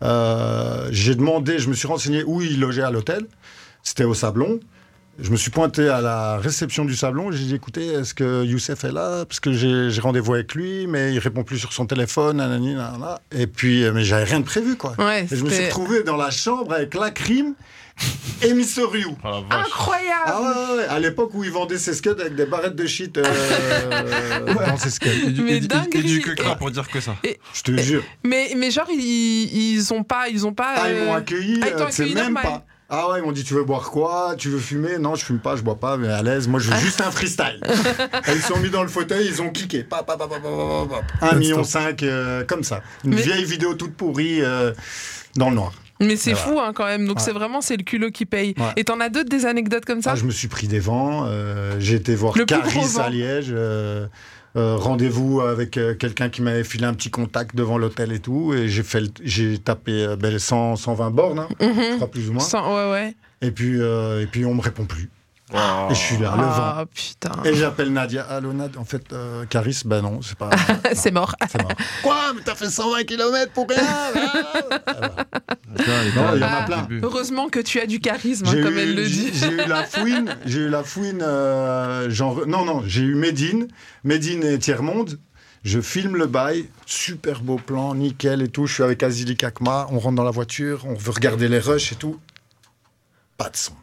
Euh, J'ai demandé, je me suis renseigné où il logeait à l'hôtel, c'était au Sablon. Je me suis pointé à la réception du Sablon, j'ai dit écoutez, est-ce que Youssef est là Parce que j'ai j'ai rendez-vous avec lui, mais il répond plus sur son téléphone, nanani, nanana. Et puis, euh, mais j'avais rien de prévu, quoi. Ouais, Et je me suis c'était- retrouvé dans la chambre avec la crime et Mister You. Ah Incroyable! Ah ouais, ouais, ouais, à l'époque où ils vendaient ses scuds avec des barrettes de shit euh, dans ses scuds. Et du- Mais et du- dinguerie. et du quecra pour dire que ça. Je te jure. Mais, mais genre, ils, ils ont pas. Ils ont pas Ah, ils euh, m'ont accueilli, ah, ils t'ont euh, tu sais accueilli même normal. pas. Ah ouais, ils m'ont dit tu veux boire quoi Tu veux fumer Non, je fume pas, je bois pas, mais à l'aise. Moi, je veux Ah. juste un freestyle. Et ils sont mis dans le fauteuil, ils ont kické. Pa, pa, pa, pa, pa, pa, pa, pa. 1,5 million, cinq, euh, comme ça. Une Mais- vieille vidéo toute pourrie euh, dans le noir. Mais c'est Ouais. fou hein, quand même. Donc Ouais. c'est vraiment c'est le culot qui paye. Ouais. Et t'en as d'autres des anecdotes comme ça Ah, je me suis pris des vents. euh, j'ai été voir Le plus gros Caris vent. à Liège. euh, euh, Rendez-vous avec euh, quelqu'un qui m'avait filé un petit contact devant l'hôtel et tout. Et j'ai fait, le- j'ai tapé euh, ben, 100, 120 bornes, hein, je Mhm. crois plus ou moins. Sans- ouais ouais. Et puis, euh, et puis on me répond plus. Et je suis là, le vent. Ah putain. Et j'appelle Nadia. Allô Nadia. En fait, euh, Caris, ben non, c'est pas. c'est mort. c'est mort. Quoi Mais t'as fait 120 km pour rien hein Ah, voilà. Non, il y en a plein. Heureusement que tu as du charisme hein, J'ai comme eu- elle le j'ai- dit. J'ai eu la fouine, j'ai eu la fouine, euh, genre, non, non, j'ai eu Médine, Médine et Tiers-Monde. Je filme le bail, super beau plan, nickel et tout. Je suis avec Azili Kakma, on rentre dans la voiture, on veut regarder les rushs et tout. Pas de son.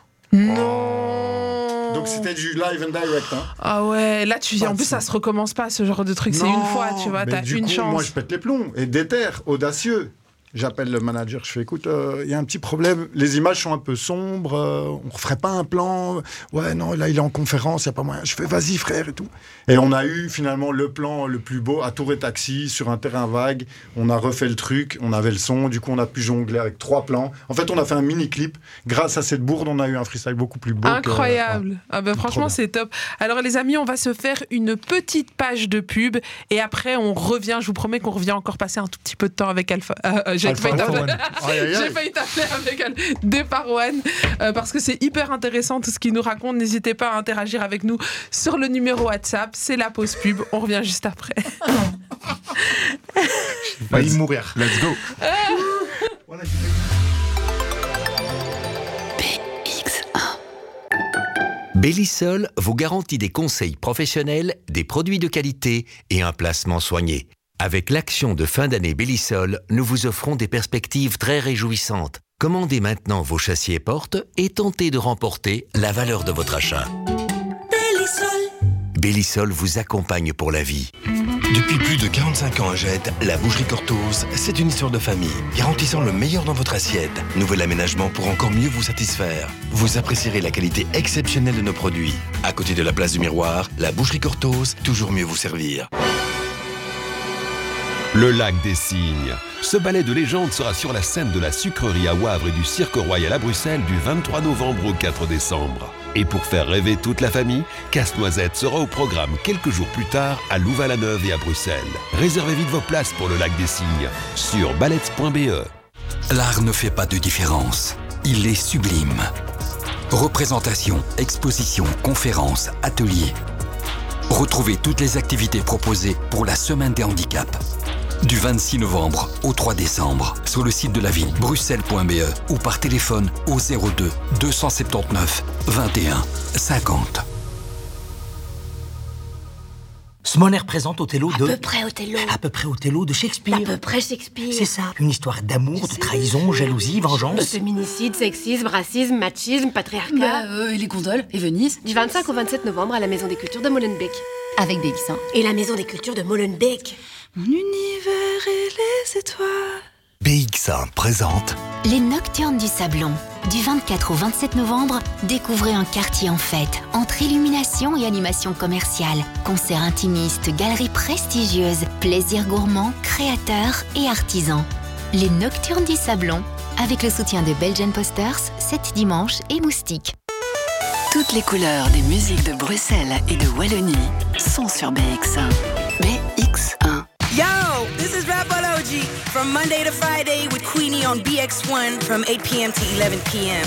Non. Oh. Donc c'était du live and direct. hein. Ah ouais. Là tu viens. Pas En de plus ça son. se recommence pas ce genre de truc. C'est une Non, fois tu vois. mais T'as du une coup, chance. Moi, je pète les plombs et déterre, audacieux. J'appelle le manager, je fais écoute, euh, il y a un petit problème, les images sont un peu sombres, euh, on referait pas un plan. Ouais, non, là, il est en conférence, il n'y a pas moyen. Je fais vas-y, frère, et tout. Et on a eu finalement le plan le plus beau à Tour et Taxi sur un terrain vague. On a refait le truc, on avait le son, du coup, on a pu jongler avec trois plans. En fait, on a fait un mini clip. Grâce à cette bourde, on a eu un freestyle beaucoup plus beau. que- Incroyable. Ah bah franchement, euh, bien. c'est top. Alors les amis, on va se faire une petite page de pub et après on revient. Je vous promets qu'on revient encore passer un tout petit peu de temps avec Alpha. euh, euh, J'ai Alpha failli One. t'appeler- Ah, Aïe, aïe, aïe. j'ai failli t'appeler avec elle, Départ One, euh, parce que c'est hyper intéressant tout ce qu'il nous raconte. N'hésitez pas à interagir avec nous sur le numéro WhatsApp. C'est la pause pub. On revient juste après. failli mourir. Let's go. Bellisol vous garantit des conseils professionnels, des produits de qualité et un placement soigné. Avec l'action de fin d'année Bellisol, nous vous offrons des perspectives très réjouissantes. Commandez maintenant vos châssis et portes et tentez de remporter la valeur de votre achat. Bellisol vous accompagne pour la vie. Depuis plus de 45 ans à Jette, la boucherie Cortose, c'est une histoire de famille, garantissant le meilleur dans votre assiette. Nouvel aménagement pour encore mieux vous satisfaire. Vous apprécierez la qualité exceptionnelle de nos produits. À côté de la place du miroir, la boucherie Cortose, toujours mieux vous servir. Le lac des cygnes. Ce ballet de légende sera sur la scène de la sucrerie à Wavre et du Cirque Royal à Bruxelles du 23 novembre au 4 décembre. Et pour faire rêver toute la famille, Casse-Noisette sera au programme quelques jours plus tard à Louvain-la-Neuve et à Bruxelles. Réservez vite vos places pour le lac des cygnes sur ballette.be. L'art ne fait pas de différence. Il est sublime. Représentations, expositions, conférences, ateliers. Retrouvez toutes les activités proposées pour la Semaine des handicaps. Du 26 novembre au 3 décembre, sur le site de la ville bruxelles.be E ou par téléphone au 02 279 21 50. Smoner présente Othello de. À peu près Othello. À peu près Othello de Shakespeare. À peu près Shakespeare. C'est ça, une histoire d'amour, de trahison, jalousie, vengeance. Féminicide, sexisme, racisme, machisme, patriarcat. et les gondoles, et Venise. Du 25 au 27 novembre à la Maison des Cultures de Molenbeek. Avec BX1. Et la Maison des Cultures de Molenbeek. Mon univers et les étoiles. BX1 présente Les Nocturnes du Sablon. Du 24 au 27 novembre, découvrez un quartier en fête, entre illumination et animation commerciale, concerts intimistes, galeries prestigieuses, plaisirs gourmands, créateurs et artisans. Les Nocturnes du Sablon, avec le soutien de Belgian Posters, 7 dimanches et Moustique. Toutes les couleurs des musiques de Bruxelles et de Wallonie sont sur BX1. BX1. Yo, this is Rapology from Monday to Friday with Queenie on BX1 from 8 p.m. to 11 p.m.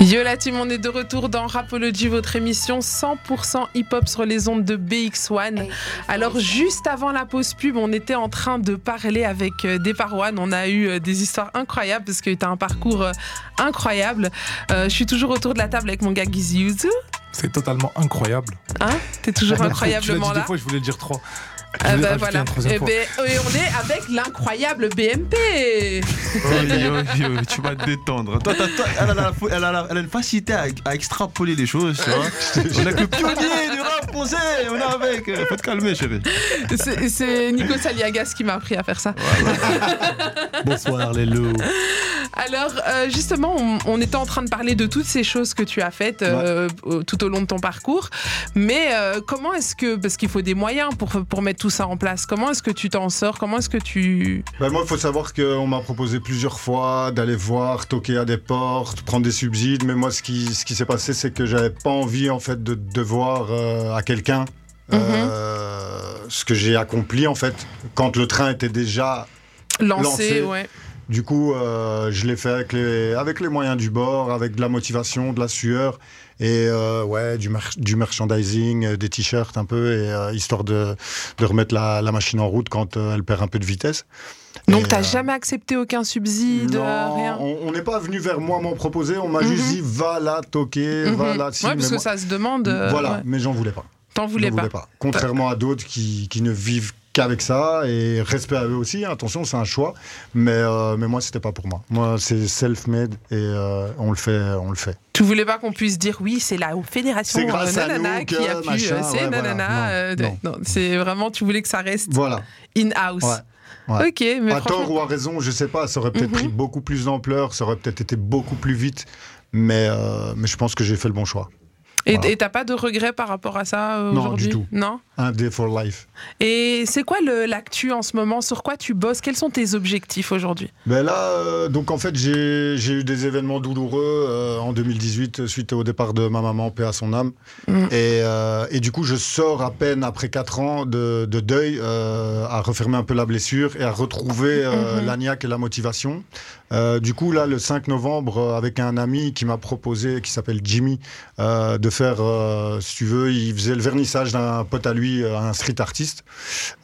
Yo la team, on est de retour dans Rapology, votre émission 100% hip-hop sur les ondes de BX1. Alors juste avant la pause pub, on était en train de parler avec euh, des One. On a eu euh, des histoires incroyables parce que t'as un parcours euh, incroyable. Euh, Je suis toujours autour de la table avec mon gars Gizzy Yuzu. C'est totalement incroyable. Hein T'es toujours Tu l'as incroyablement dit deux là. fois, je voulais le dire trois. Je Ah voulais bah rajouter voilà. un troisième Et, fois. et on est avec l'incroyable BMP. Oi, oi, oi, tu vas te détendre. Toi, t'as- toi, elle, a la, elle a la- elle a une facilité à, à extrapoler les choses, tu vois. On a que le pionnier du rap français, on est avec. euh, Faut te calmer, chérie. C'est- C'est Nico Saliagas qui m'a appris à faire ça. Bonsoir les loups. Alors, euh, justement, on, on était en train de parler de toutes ces choses que tu as faites euh, euh, tout au long de ton parcours. Mais euh, comment est-ce que, parce qu'il faut des moyens pour, pour mettre tout ça en place, comment est-ce que tu t'en sors Comment est-ce que tu. Ben moi, il faut savoir qu'on m'a proposé plusieurs fois d'aller voir, toquer à des portes, prendre des subsides. Mais moi, ce qui, ce qui s'est passé, c'est que j'avais pas envie, en fait, de devoir euh, à quelqu'un euh, ce que j'ai accompli, en fait, quand le train était déjà Lancer, Lancer. ouais. du coup, euh, je l'ai fait avec les, avec les moyens du bord, avec de la motivation, de la sueur et euh, ouais, du, mer- du merchandising, euh, des t-shirts un peu, et, euh, histoire de, de remettre la, la machine en route quand euh, elle perd un peu de vitesse. Donc, Et, t'as euh, jamais accepté aucun subside, non, euh, rien On on n'est pas venu vers moi m'en proposer, on m'a Mhm. juste dit va là toquer, Mhm. va là. si, ouais, mais parce que moi- ça se demande. euh, Voilà, ouais. mais j'en voulais pas. T'en voulais J'en pas. Contrairement à d'autres qui, qui ne vivent qu'avec ça, et respect à eux aussi, hein, attention, c'est un choix, mais, euh, mais moi, c'était pas pour moi. Moi, c'est self-made et euh, on le fait, on le fait. Tu voulais pas qu'on puisse dire oui, c'est la fédération C'est grâce euh, à nanana nous qui que a pu. machin, euh, c'est ouais, voilà. nanana. Non, euh, de- non. non, c'est vraiment, tu voulais que ça reste Voilà. in-house. Ouais, ouais. Ok, mais à franchement- Mhm. tort ou à raison, je sais pas, ça aurait peut-être pris beaucoup plus d'ampleur, ça aurait peut-être été beaucoup plus vite, mais, euh, mais je pense que j'ai fait le bon choix. Et Voilà. et t'as pas de regrets par rapport à ça euh, Non, aujourd'hui du tout. Non. Un day for life. Et c'est quoi le- l'actu en ce moment Sur quoi tu bosses Quels sont tes objectifs aujourd'hui Ben là, euh, donc en fait, j'ai j'ai eu des événements douloureux euh, en 2018 suite au départ de ma maman, paix à son âme. Mm. Et, euh, et du coup, je sors à peine après 4 ans de, de deuil euh, à refermer un peu la blessure et à retrouver euh, Mhm. l'agnac et la motivation. Euh, du coup, là, le 5 novembre, euh, avec un ami qui m'a proposé, qui s'appelle Jimmy, euh, de faire, euh, si tu veux, il faisait le vernissage d'un pote à lui, euh, un street artiste.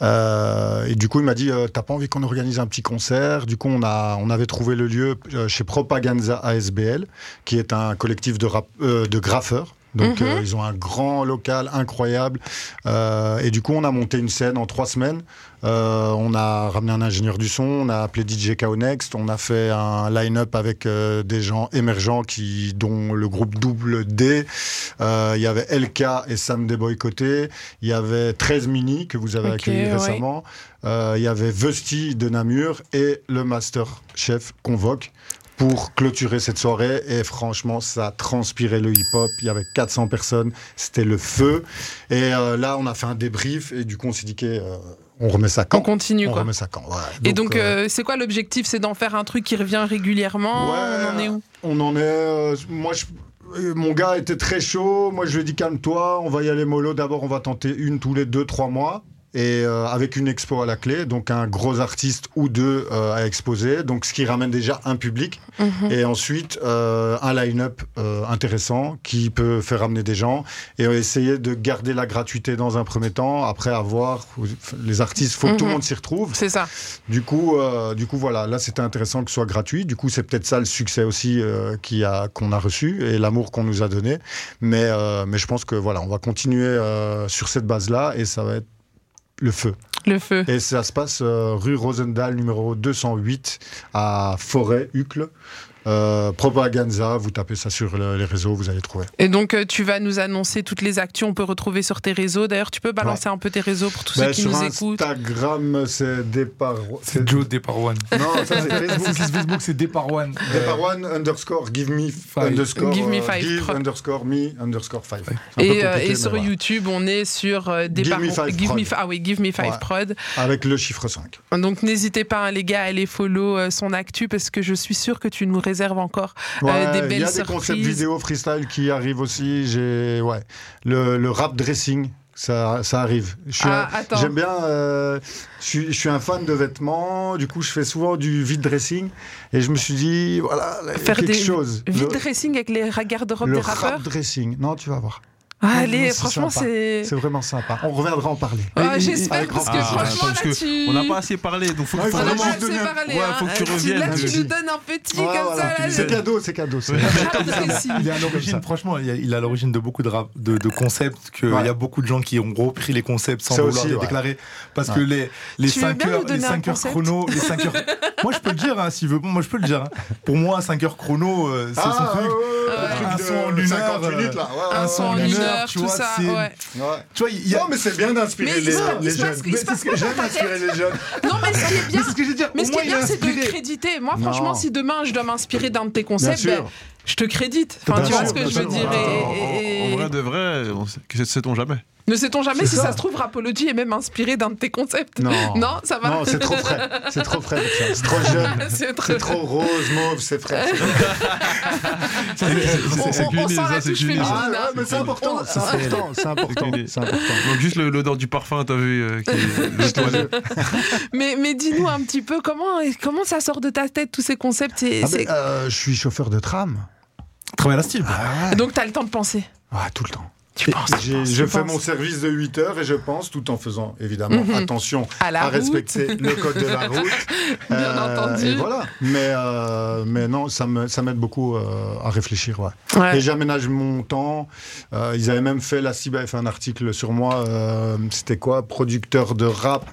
Euh, et du coup, il m'a dit, euh, t'as pas envie qu'on organise un petit concert Du coup, on, a, on avait trouvé le lieu euh, chez Propaganza ASBL, qui est un collectif de, rap- euh, de graffeurs. Donc, Mhm. euh, ils ont un grand local incroyable. Euh, et du coup, on a monté une scène en trois semaines. Euh, on a ramené un ingénieur du son, on a appelé DJ KO Next, on a fait un line-up avec euh, des gens émergents qui, dont le groupe Double D. Euh, Il y avait LK et Sam Déboycoté. Il y avait 13 Mini que vous avez Ok, accueilli ouais. récemment. Euh, Il y avait Vesti de Namur et le Master Chef Convoque. pour clôturer cette soirée. Et franchement, ça transpirait le hip-hop. Il y avait 400 personnes. C'était le feu. Et euh, là, on a fait un débrief. Et du coup, on s'est dit que, euh, on remet ça quand On continue, On quoi. remet ça quand ouais. Et donc, euh, euh, c'est quoi l'objectif C'est d'en faire un truc qui revient régulièrement On en est où on en est. euh, moi, je- euh, mon gars était très chaud. Moi, je lui ai dit calme-toi, on va y aller mollo. D'abord, on va tenter une tous les deux, trois mois. Et euh, avec une expo à la clé, donc un gros artiste ou deux euh, à exposer, donc ce qui ramène déjà un public. Mhm. Et ensuite, euh, un line-up euh, intéressant qui peut faire ramener des gens et euh, essayer de garder la gratuité dans un premier temps. Après, avoir les artistes, faut que tout le Mhm. monde s'y retrouve. C'est ça. Du coup, euh, du coup, voilà, là c'était intéressant que ce soit gratuit. Du coup, c'est peut-être ça le succès aussi euh, qui a qu'on a reçu et l'amour qu'on nous a donné. Mais euh, mais je pense que voilà, on va continuer euh, sur cette base là et ça va être le feu. Le feu. Et ça se passe euh, rue Rosendahl numéro 208 à Forêt Hucle. Euh, Propaganza, vous tapez ça sur le- les réseaux, vous allez trouver. Et donc, euh, tu vas nous annoncer toutes les actions qu'on peut retrouver sur tes réseaux. D'ailleurs, tu peux balancer un peu tes réseaux pour tous Ben, ceux qui sur nous écoutent. Instagram, c'est Dépar... C'est Joe Dépar One. Non, ça c'est Facebook. C'est Facebook, c'est Dépar One. Dépar One underscore give me Five. underscore Give me euh, five. give underscore me underscore five. Un peu Et, euh, compliqué, et mais sur voilà. YouTube, on est sur euh, des Give par- me five Give me prod. fi- ah oui, Give Me Five Ouais. Prod. Avec le chiffre 5. Donc n'hésitez pas, hein, les gars, à aller follow euh, son actu parce que je suis sûr que tu nous réserves encore euh, Ouais, des Il y belles a des concepts surprises. vidéo freestyle qui arrivent aussi. J'ai ouais le, le rap dressing. Ça, ça arrive. Je suis Ah, un- attends. J'aime bien. euh, je, suis, je suis un fan de vêtements. Du coup, je fais souvent du vide dressing. Et je me suis dit, voilà, Faire quelque des chose. vide Le- dressing avec les ra- garde-robes le des rap rappeurs. dressing. Non, tu vas voir. Ah, allez, Non, franchement, sympa. c'est- C'est vraiment sympa. On reviendra en parler. Ah, J'espère parce que Ah, franchement, parce là, que tu- on n'a pas assez parlé, donc faut, Ouais, faut il faut vraiment. vraiment C'est donner- parlé, Ouais, hein. faut que tu Euh, reviennes. Là, tu nous Vas-y. donnes un petit Ouais, comme voilà, ça. là, C'est je- cadeau, c'est cadeau. c'est- Euh, Il est à l'origine, franchement, il, y a- il est à l'origine de beaucoup de, rap- de, de concepts que il y a beaucoup de gens qui ont repris les concepts sans Ça vouloir aussi, les ouais. déclarer. Parce Ouais. que les, les Tu veux 5 bien nous heures, les donner un 5 heures concept chrono, les 5 heures. moi, je peux le dire, hein, s'il veut. Bon, moi, je peux le dire. hein. Pour moi, 5 heures chrono, euh, c'est Ah, son truc. ouais, un ouais. son en une heure. 50 euh, minutes, là. Ouais, un Ah, ouais, son ouais, en ouais. une Une heure, heure, tu tout vois. ça, c'est- ouais. Tu vois, il y a- Non, mais c'est bien d'inspirer Mais il les, se passe- les il se passe jeunes. que- il se passe quoi J'aime dans ta tête inspirer les jeunes. Non, mais ce qui est bien, c'est ce que je veux dire. Mais Au ce qui moins, est il bien, a c'est de inspiré. créditer. Moi, Non. franchement, si demain je dois m'inspirer d'un de tes concepts, Bien sûr. ben, je te crédite. Enfin, Bien tu vois sûr, ce que bien je veux sûr. dire. Attends, et- et- En en vrai de vrai, on sait- que sait-on jamais Ne sait-on jamais C'est si ça. ça. se trouve, Rapology est même inspiré d'un de tes concepts Non. ça va Non, c'est trop frais. C'est trop frais. Alexia. C'est trop jeune. C'est trop- C'est trop rose, mauve, c'est frais. Ah, Ça, c'est- c'est- c'est On- on- on cuné, sent ça, la c'est touche cuné. féminine, Ah, ouais, hein. mais c'est important. On- C'est important. C'est important. C'est important. Donc juste le- l'odeur du parfum, t'as vu euh, qui est- le toilette. Mais, mais dis-nous un petit peu, comment, comment ça sort de ta tête, tous ces concepts et Ah, c'est- mais, euh, Je suis chauffeur de tram. Travail à la cible. Donc, t'as le temps de penser. Ah, tout le temps. Tu penses, J'ai- penses, je tu fais penses. mon service de 8 heures et je pense tout en faisant évidemment Mhm. attention À la route. respecter le code de la route. Bien Euh, entendu. et voilà. Mais, euh, mais non, ça me- ça m'aide beaucoup euh, à réfléchir. Ouais. Ouais. Et j'aménage mon temps. Euh, ils avaient même fait, la CIB avait fait un article sur moi. euh, C'était quoi Producteur de rap.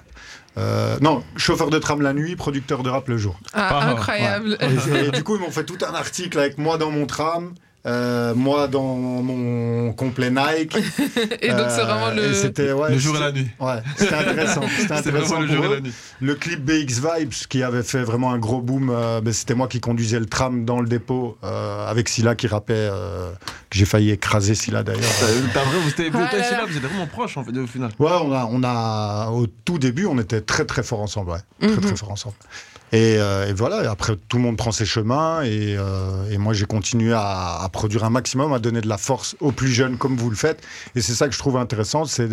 euh, non, chauffeur de tram la nuit, producteur de rap le jour. Ah, Ah, incroyable. Ouais. Et- et du coup, ils m'ont fait tout un article avec moi dans mon tram. euh, moi dans mon complet Nike. Et donc, c'est vraiment le- Euh, et c'était, ouais, Le jour et la c'était- nuit. Ouais, c'était intéressant. C'était C'était intéressant vraiment le pour jour et eux. la nuit. Le clip BX Vibes qui avait fait vraiment un gros boom, euh, ben, c'était moi qui conduisais le tram dans le dépôt euh, avec Silla qui rappait, euh, que j'ai failli écraser Silla d'ailleurs. T'as vraiment, vous étiez Ah toi et là Sheila, là. vous étiez vraiment proches en fait, au final. Ouais, on a, on a, au tout début, on était très très fort ensemble, ouais. très Mhm. très fort ensemble. Et, euh, et voilà, et après tout le monde prend ses chemins et, euh, et moi j'ai continué à, à produire un maximum, à donner de la force aux plus jeunes comme vous le faites. Et c'est ça que je trouve intéressant, c'est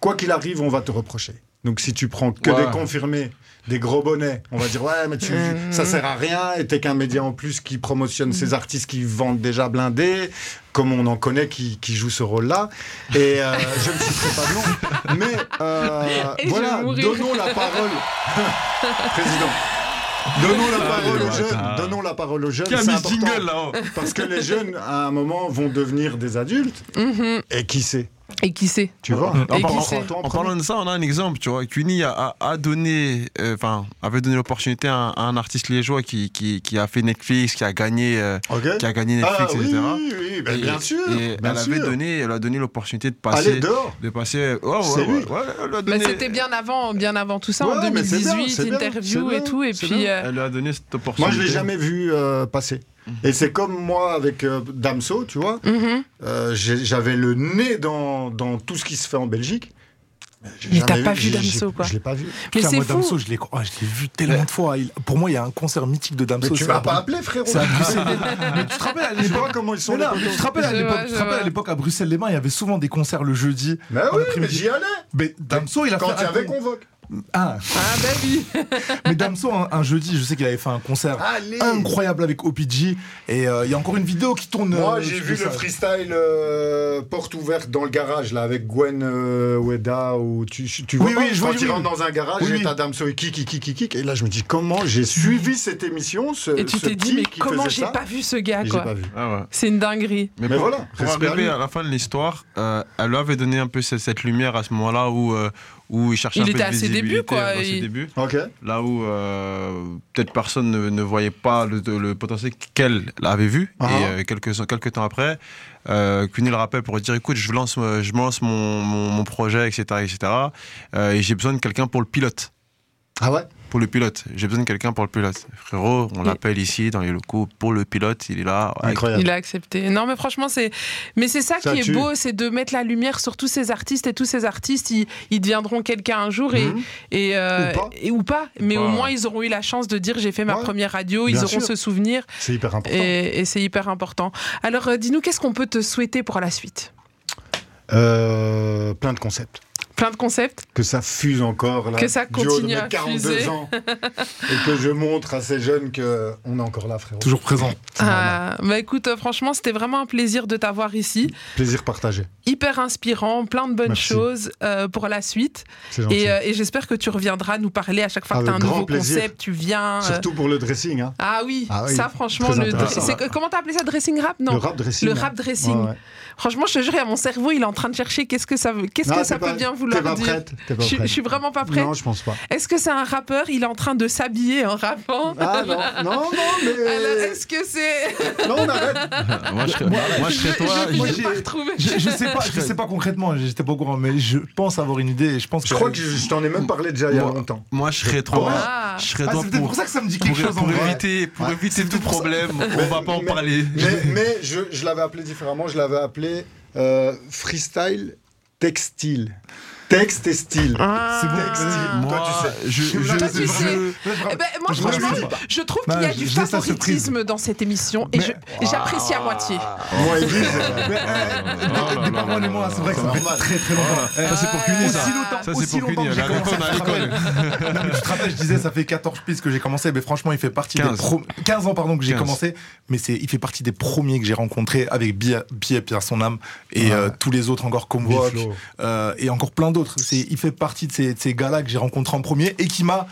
quoi qu'il arrive, on va te reprocher. Donc si tu prends que Ouais. des confirmés, des gros bonnets, on va dire ouais mais tu, Mhm. ça sert à rien et t'es qu'un média en plus qui promotionne ces artistes qui vendent déjà blindés, comme on en connaît qui, qui jouent ce rôle-là. Et euh, je ne citerai pas de nom, mais euh, Et je vais voilà, mourir. donnons la parole, président. Donnons la parole aux jeunes. Donnons la parole aux jeunes. Ah, Qui a c'est mis ce important. jingle, oh là-haut Parce que les jeunes, à un moment, vont devenir des adultes. Et qui Mhm. sait Et qui sait Tu vois En, Et par- qui en- sait en parlant de ça, on a un exemple, tu vois. Cuny a, a- a donné, euh, enfin, avait donné l'opportunité à, un- à un artiste liégeois qui, qui, qui a fait Netflix, qui a gagné, euh, Ok. qui a gagné Netflix, Ah oui, etc. oui, oui, ben, Et- bien sûr, Et bien elle sûr. avait donné, elle a donné l'opportunité de Allez, passer, dehors. de passer. ouais, ouais, C'est ouais, lui. ouais, elle a Mais donné- Bah, c'était bien avant, bien avant tout ça, en Ouais, mais c'est bien, 2018, c'est bien, interview c'est et bien, tout. Et c'est puis, bien. euh, elle a donné cette opportunité. Moi, je l'ai jamais vu euh, passer. Mm. Et c'est comme moi avec euh, Damso, tu vois. Mhm. Euh, j'ai- J'avais le nez dans, dans tout ce qui se fait en Belgique. J'ai Mais jamais t'as pas vu j'ai- Damso, j'ai- quoi. Je l'ai pas vu. Mais Putain, c'est moi, fou. Damso, je l'ai oh, je l'ai vu tellement de fois. Il- Pour moi, il y a un concert mythique de Damso. Mais tu c'est m'as la pas Bru- appelé, frérot. C'est à Bruxelles. Mais tu te rappelles à Je sais l'époque pas comment ils sont Mais les non, potos. mais tu te rappelles à Je l'époque, vois, tu je te rappelles à vois. l'époque, à Bruxelles les Bains, il y avait souvent des concerts le jeudi. Mais en oui, après-midi. mais j'y allais. Mais Damso, il a Quand fait il y un avait con- Convoque. Ah, bah Mais Damso, un, un jeudi, je sais qu'il avait fait un concert Allez. incroyable avec OPG. Et euh, il y a encore une vidéo qui tourne. Moi, euh, j'ai sur vu ça. le freestyle euh, porte ouverte dans le garage, là, avec Gwen euh, Weda, où tu, tu vois, Oui, pas, oui, je quand vois, il oui, rentre oui. dans un garage, Oui, et oui. t'as Damso, il kick, kick, kick, kick, kick. et là, je me dis, comment j'ai suivi cette émission, ce, et tu ce t'es dit, type mais qui comment faisait j'ai ça pas vu ce gars, Et j'ai quoi pas vu. Ah ouais. C'est une dinguerie. Mais pour, voilà, pour respect à arriver lui. à la fin de l'histoire, euh, elle lui avait donné un peu cette, cette lumière à ce moment-là où, euh, où il cherchait Il un peu était de à ses visibilité, débuts, quoi, euh, Dans ses il- débuts. Ok. Là où euh, peut-être personne ne, ne voyait pas le, le potentiel qu'elle avait vu. Ah. Et euh, quelques, quelques temps après, euh, Cuny le rappelle pour dire écoute, je lance, euh, je lance mon, mon- mon projet, etc. etc. euh, et j'ai besoin de quelqu'un pour le pilote. Ah ouais Pour le pilote, j'ai besoin de quelqu'un pour le pilote. Frérot, on l'appelle ici dans les locaux pour le pilote, il est là. Ouais, Il a accepté. Non, mais franchement, c'est. Mais c'est ça, Ça qui est tue. beau, c'est de mettre la lumière sur tous ces artistes et tous ces artistes, ils, ils deviendront quelqu'un un jour Mmh. et, et, euh, Mhm. Ou pas. et- ou pas. Mais au Ouais. moins, ils auront eu la chance de dire j'ai fait ma Ouais. première radio, ils Bien auront sûr. ce souvenir. C'est hyper important. Et, et c'est hyper important. Alors, euh, dis-nous, qu'est-ce qu'on peut te souhaiter pour la suite Euh, plein de concepts. Plein de concepts Que ça fuse encore, là. Que ça du haut de continue mes à 42 fuser. ans, et que je montre à ces jeunes qu'on est encore là, frérot. Toujours présent. Ah, bah écoute, euh, franchement, c'était vraiment un plaisir de t'avoir ici. Plaisir partagé. Hyper inspirant, plein de bonnes Merci. choses euh, pour la suite. C'est gentil. Et, euh, et j'espère que tu reviendras nous parler à chaque fois que Avec tu as un grand nouveau plaisir. concept, tu viens. euh, Surtout pour le dressing, hein. Ah oui, Ah oui, ça franchement, très le intéressant. c'est- c'est- comment t'as appelé ça dressing rap Non, Le rap dressing, Le hein. rap dressing. Ouais, ouais. Franchement, je te jure, il y a mon cerveau, il est en train de chercher qu'est-ce que ça veut, qu'est-ce Non, que t'es ça pas- peut bien t'es vouloir pas dire. prête, t'es pas je, suis- prête. je suis vraiment pas prête. Non, je pense pas. Est-ce que c'est un rappeur Il est en train de s'habiller en rappant. Ah non, non, non, mais. Alors, est-ce que c'est Non, on arrête. moi, je serais, moi, je serais toi. je- Moi, vais j'ai- pas retrouver. Je, je sais pas, je sais pas concrètement, j'étais pas au courant, mais je pense avoir une idée. et Je pense Je crois que je, je t'en ai même parlé déjà il y a Moi- longtemps. Moi, je serais trop. Ah. Je serais Ah, trop c'est peut-être pour ça que ça me dit quelque pour- chose, en Pour vrai. éviter, pour Ouais. éviter tout problème, on va pas en parler. Mais, mais je, je l'avais appelé différemment, je l'avais appelé euh, freestyle textile. Texte et style. Ah. C'est textile. Toi, tu sais. je, je, Toi, je- tu sais. Eh ben, moi, je- franchement, je- je trouve Non, qu'il y a bah, je- du je laisse la surprise. ah. favoritisme dans cette émission et je- j'apprécie à moitié. Moi, ils disent. Parlez moi, hein, c'est vrai que ça fait très très longtemps. Ça, c'est pour Cuny, ça. Ça, c'est pour Cuny. La réponse, on a à l'école. Non, mais tu te rappelles, je disais, ça fait 14 pistes que j'ai commencé, mais franchement, il fait partie 15. des pro- 15 ans pardon que j'ai 15. commencé, mais c'est il fait partie des premiers que j'ai rencontrés avec Bia, Bia Pierre son âme et euh, tous les autres encore comme Walk, Biflo. euh, et encore plein d'autres. C'est il fait partie de ces, de ces gars-là que j'ai rencontrés en premier et qui m'a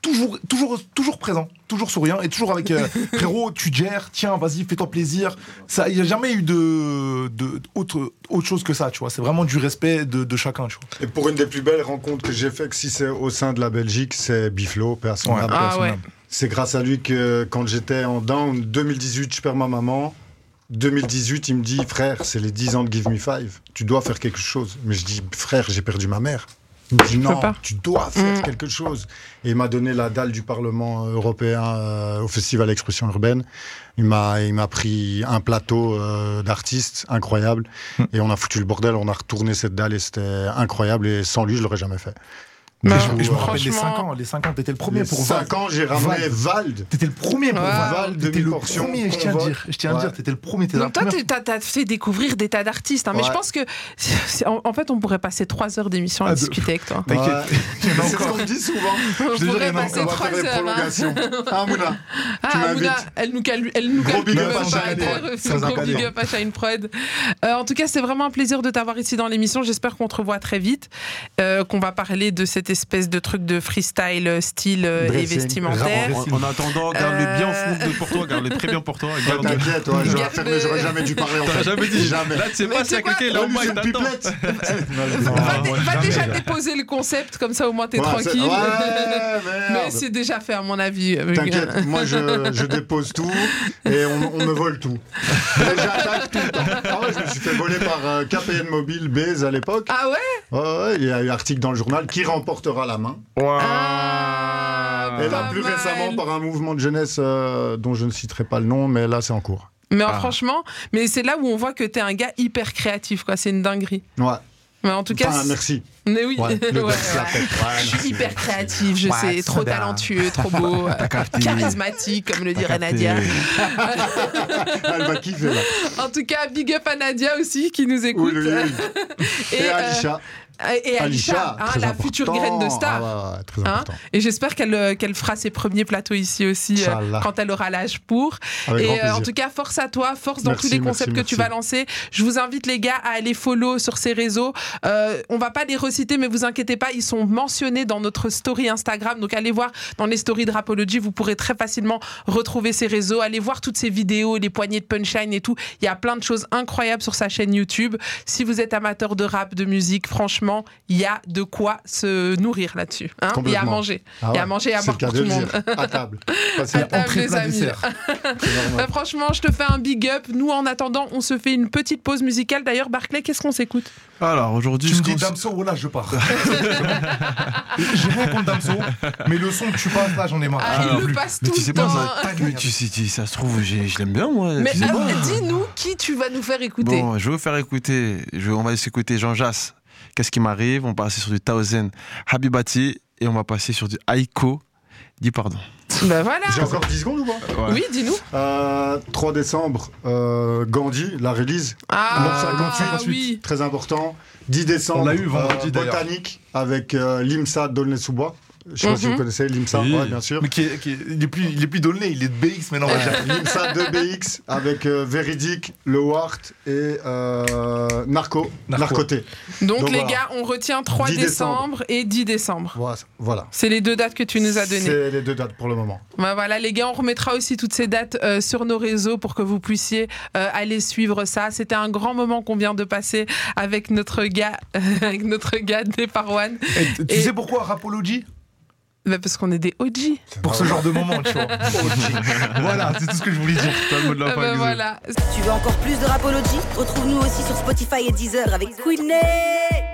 Toujours, toujours, toujours présent, toujours souriant et toujours avec euh, frérot, tu gères, tiens, vas-y, fais-toi plaisir. Ça, il n'y a jamais eu de, de autre, autre chose que ça, tu vois. C'est vraiment du respect de, de chacun, tu vois. Et pour une des plus belles rencontres que j'ai faites, que si c'est au sein de la Belgique, c'est Biflo, personne Ouais, Ah personne ouais. n'aime. C'est grâce à lui que quand j'étais en down, 2018, je perds ma maman. 2018, il me dit, frère, c'est les 10 ans de Give Me Five. Tu dois faire quelque chose. Mais je dis, frère, j'ai perdu ma mère. Il me dit, non, pas. tu dois faire Mm. quelque chose. Et il m'a donné la dalle du Parlement européen euh, au Festival Expression Urbaine. Il m'a, il m'a pris un plateau euh, d'artistes incroyable. Et on a foutu le bordel, on a retourné cette dalle et c'était incroyable. Et sans lui, je l'aurais jamais fait. Et Du je, coup, et je me euh, rappelle les 5 ans, les 5 ans, t'étais le premier les pour cinq ans, j'ai ramené Vald. T'étais le premier pour Ouais. Val. Val, T'étais le demi-portion, premier, je tiens à Convoque. dire. Je tiens à Ouais. dire, t'étais le premier. t'étais la Donc toi, première. tu t'as t'as fait découvrir des tas d'artistes, hein, mais Ouais. je pense que c'est- en, en fait, on pourrait passer trois heures d'émission à Ah, de- discuter avec toi. T'inquiète. Il y en a C'est ce encore. qu'on me dit souvent. On Je te jure, il y pourrait en a passer encore. trois On va faire des heures. hein. prolongations. Ah, Mouna, Ah, tu Mouna, m'invites. elle nous calme, elle nous Gros calme big même up à pas, Shine elle Prod. refuse Très gros important. big up à Shine Prod. Euh, en tout cas, c'est vraiment un plaisir de t'avoir ici dans l'émission. J'espère qu'on te revoit très vite, euh, qu'on va parler de cette cette espèce de truc de freestyle euh, style euh, et Dressing. vestimentaire. En, en attendant, garde-le bien fou de pour toi, garde-le très bien pour toi. et Ouais, garde- t'inquiète, ouais, j'aurais Garde- fermé, j'aurais jamais dû parler, en T'as fait. jamais dit Jamais. Là, tu sais pas Mais s'il y a tu sais quelqu'un quoi là au bas, Allume il une t'attend. Va déjà jamais. déposer le concept, comme ça au moins t'es Ouais, tranquille. c'est- ouais, Mais c'est déjà fait à mon avis. euh, T'inquiète, moi je, je dépose tout et on, on me vole tout. Mais j'attaque tout le temps. Ah ouais, je me suis fait voler par euh, KPN Mobile Baze à l'époque. Ah ouais Ouais, ouais, il y a eu article dans le journal qui remportera la main. Ah, et là, Ah. plus récemment, par un mouvement de jeunesse euh, dont je ne citerai pas le nom, mais là, c'est en cours. Mais euh, Ah. franchement, mais c'est là où on voit que t'es un gars hyper créatif, quoi. C'est une dinguerie. Ouais. Mais en tout cas, Enfin, c'est- merci. Mais oui, Ouais, le Ouais, gars ouais. se la pète. Ouais, je suis merci. hyper créative, je Ouais, sais, c'est trop bien. talentueux, trop beau, euh, T'as capté. charismatique, comme le dirait capté. Nadia. Ah, Elle va kiffer là. En tout cas, big up à Nadia aussi qui nous écoute. Oui, oui, Et euh, Alisha. et Alisha, Alisha, hein, très la important. future graine de star. Ah ouais, ouais, très Hein et j'espère qu'elle euh, qu'elle fera ses premiers plateaux ici aussi euh, Inch'Allah. quand elle aura l'âge pour. Avec grand et euh, plaisir. en tout cas, force à toi, force dans Merci, tous les merci, concepts que tu merci. vas lancer. Je vous invite les gars à aller follow sur ces réseaux. Euh, on va pas les reciter, mais vous inquiétez pas, ils sont mentionnés dans notre story Instagram. Donc allez voir dans les stories de Rapology, vous pourrez très facilement retrouver ces réseaux. Allez voir toutes ces vidéos, les poignées de punchline et tout. Il y a plein de choses incroyables sur sa chaîne YouTube. Si vous êtes amateur de rap, de musique, franchement, il y a de quoi se nourrir là-dessus. hein. Il y a à Complètement. manger. Ah Il y a à ouais, manger et à c'est boire le cas pour de tout le monde. Euh, le dire. À table. À table, les amis. Bah, franchement, je te fais un big up. Nous, en attendant, on se fait une petite pause musicale. D'ailleurs, Barclay, qu'est-ce qu'on s'écoute Alors aujourd'hui, tu me ce dis qu'on- Damso, voilà, je pars. J'ai rien contre Damso, mais le son que tu passes là, j'en ai marre. Ah, il J'en ai le plus. passe Mais tout tu sais le pas, temps. hein. ça, mais tu sais, tu- ça se trouve, j'ai- je l'aime bien moi. Mais tu sais euh, pas. dis-nous qui tu vas nous faire écouter. Bon, je vais vous faire écouter. Je- on va s'écouter Jean Jass. Qu'est-ce qui m'arrive On va passer sur du Thousand Habibati et on va passer sur du Aiko. Dis pardon. Bah voilà. J'ai encore 10 secondes ou pas Ouais. Oui, dis-nous. 3 décembre, euh, Gandhi, la release. Ah, Morceau 58, Très important. 10 décembre, euh, On l'a eu vendredi, d'ailleurs. Botanique avec euh, l'IMSA d'Aulnay-sous-Bois. Je sais pas si Mhm. vous connaissez l'IMSA, Oui. ouais, bien sûr. Mais qui est- qui est- il, est plus, il est plus donné, il est de BX maintenant. Ouais. déjà. L'IMSA 2BX avec euh, Véridique, Le Wart et euh, Narco, Narcoté. Donc, les voilà. gars, on retient 3 10 décembre, et 10 décembre. Voilà. voilà. C'est les deux dates que tu nous as données. C'est les deux dates pour le moment. Bah voilà les gars, on remettra aussi toutes ces dates euh, sur nos réseaux pour que vous puissiez euh, aller suivre ça. C'était un grand moment qu'on vient de passer avec notre gars, avec notre gars des Parwan. Et tu sais pourquoi Rapology Bah parce qu'on est des OG. Pour ce genre de moment, tu vois. voilà, c'est tout ce que je voulais dire. Ah bah voilà. Tu veux encore plus de Rapology Retrouve-nous aussi sur Spotify et Deezer avec Queenie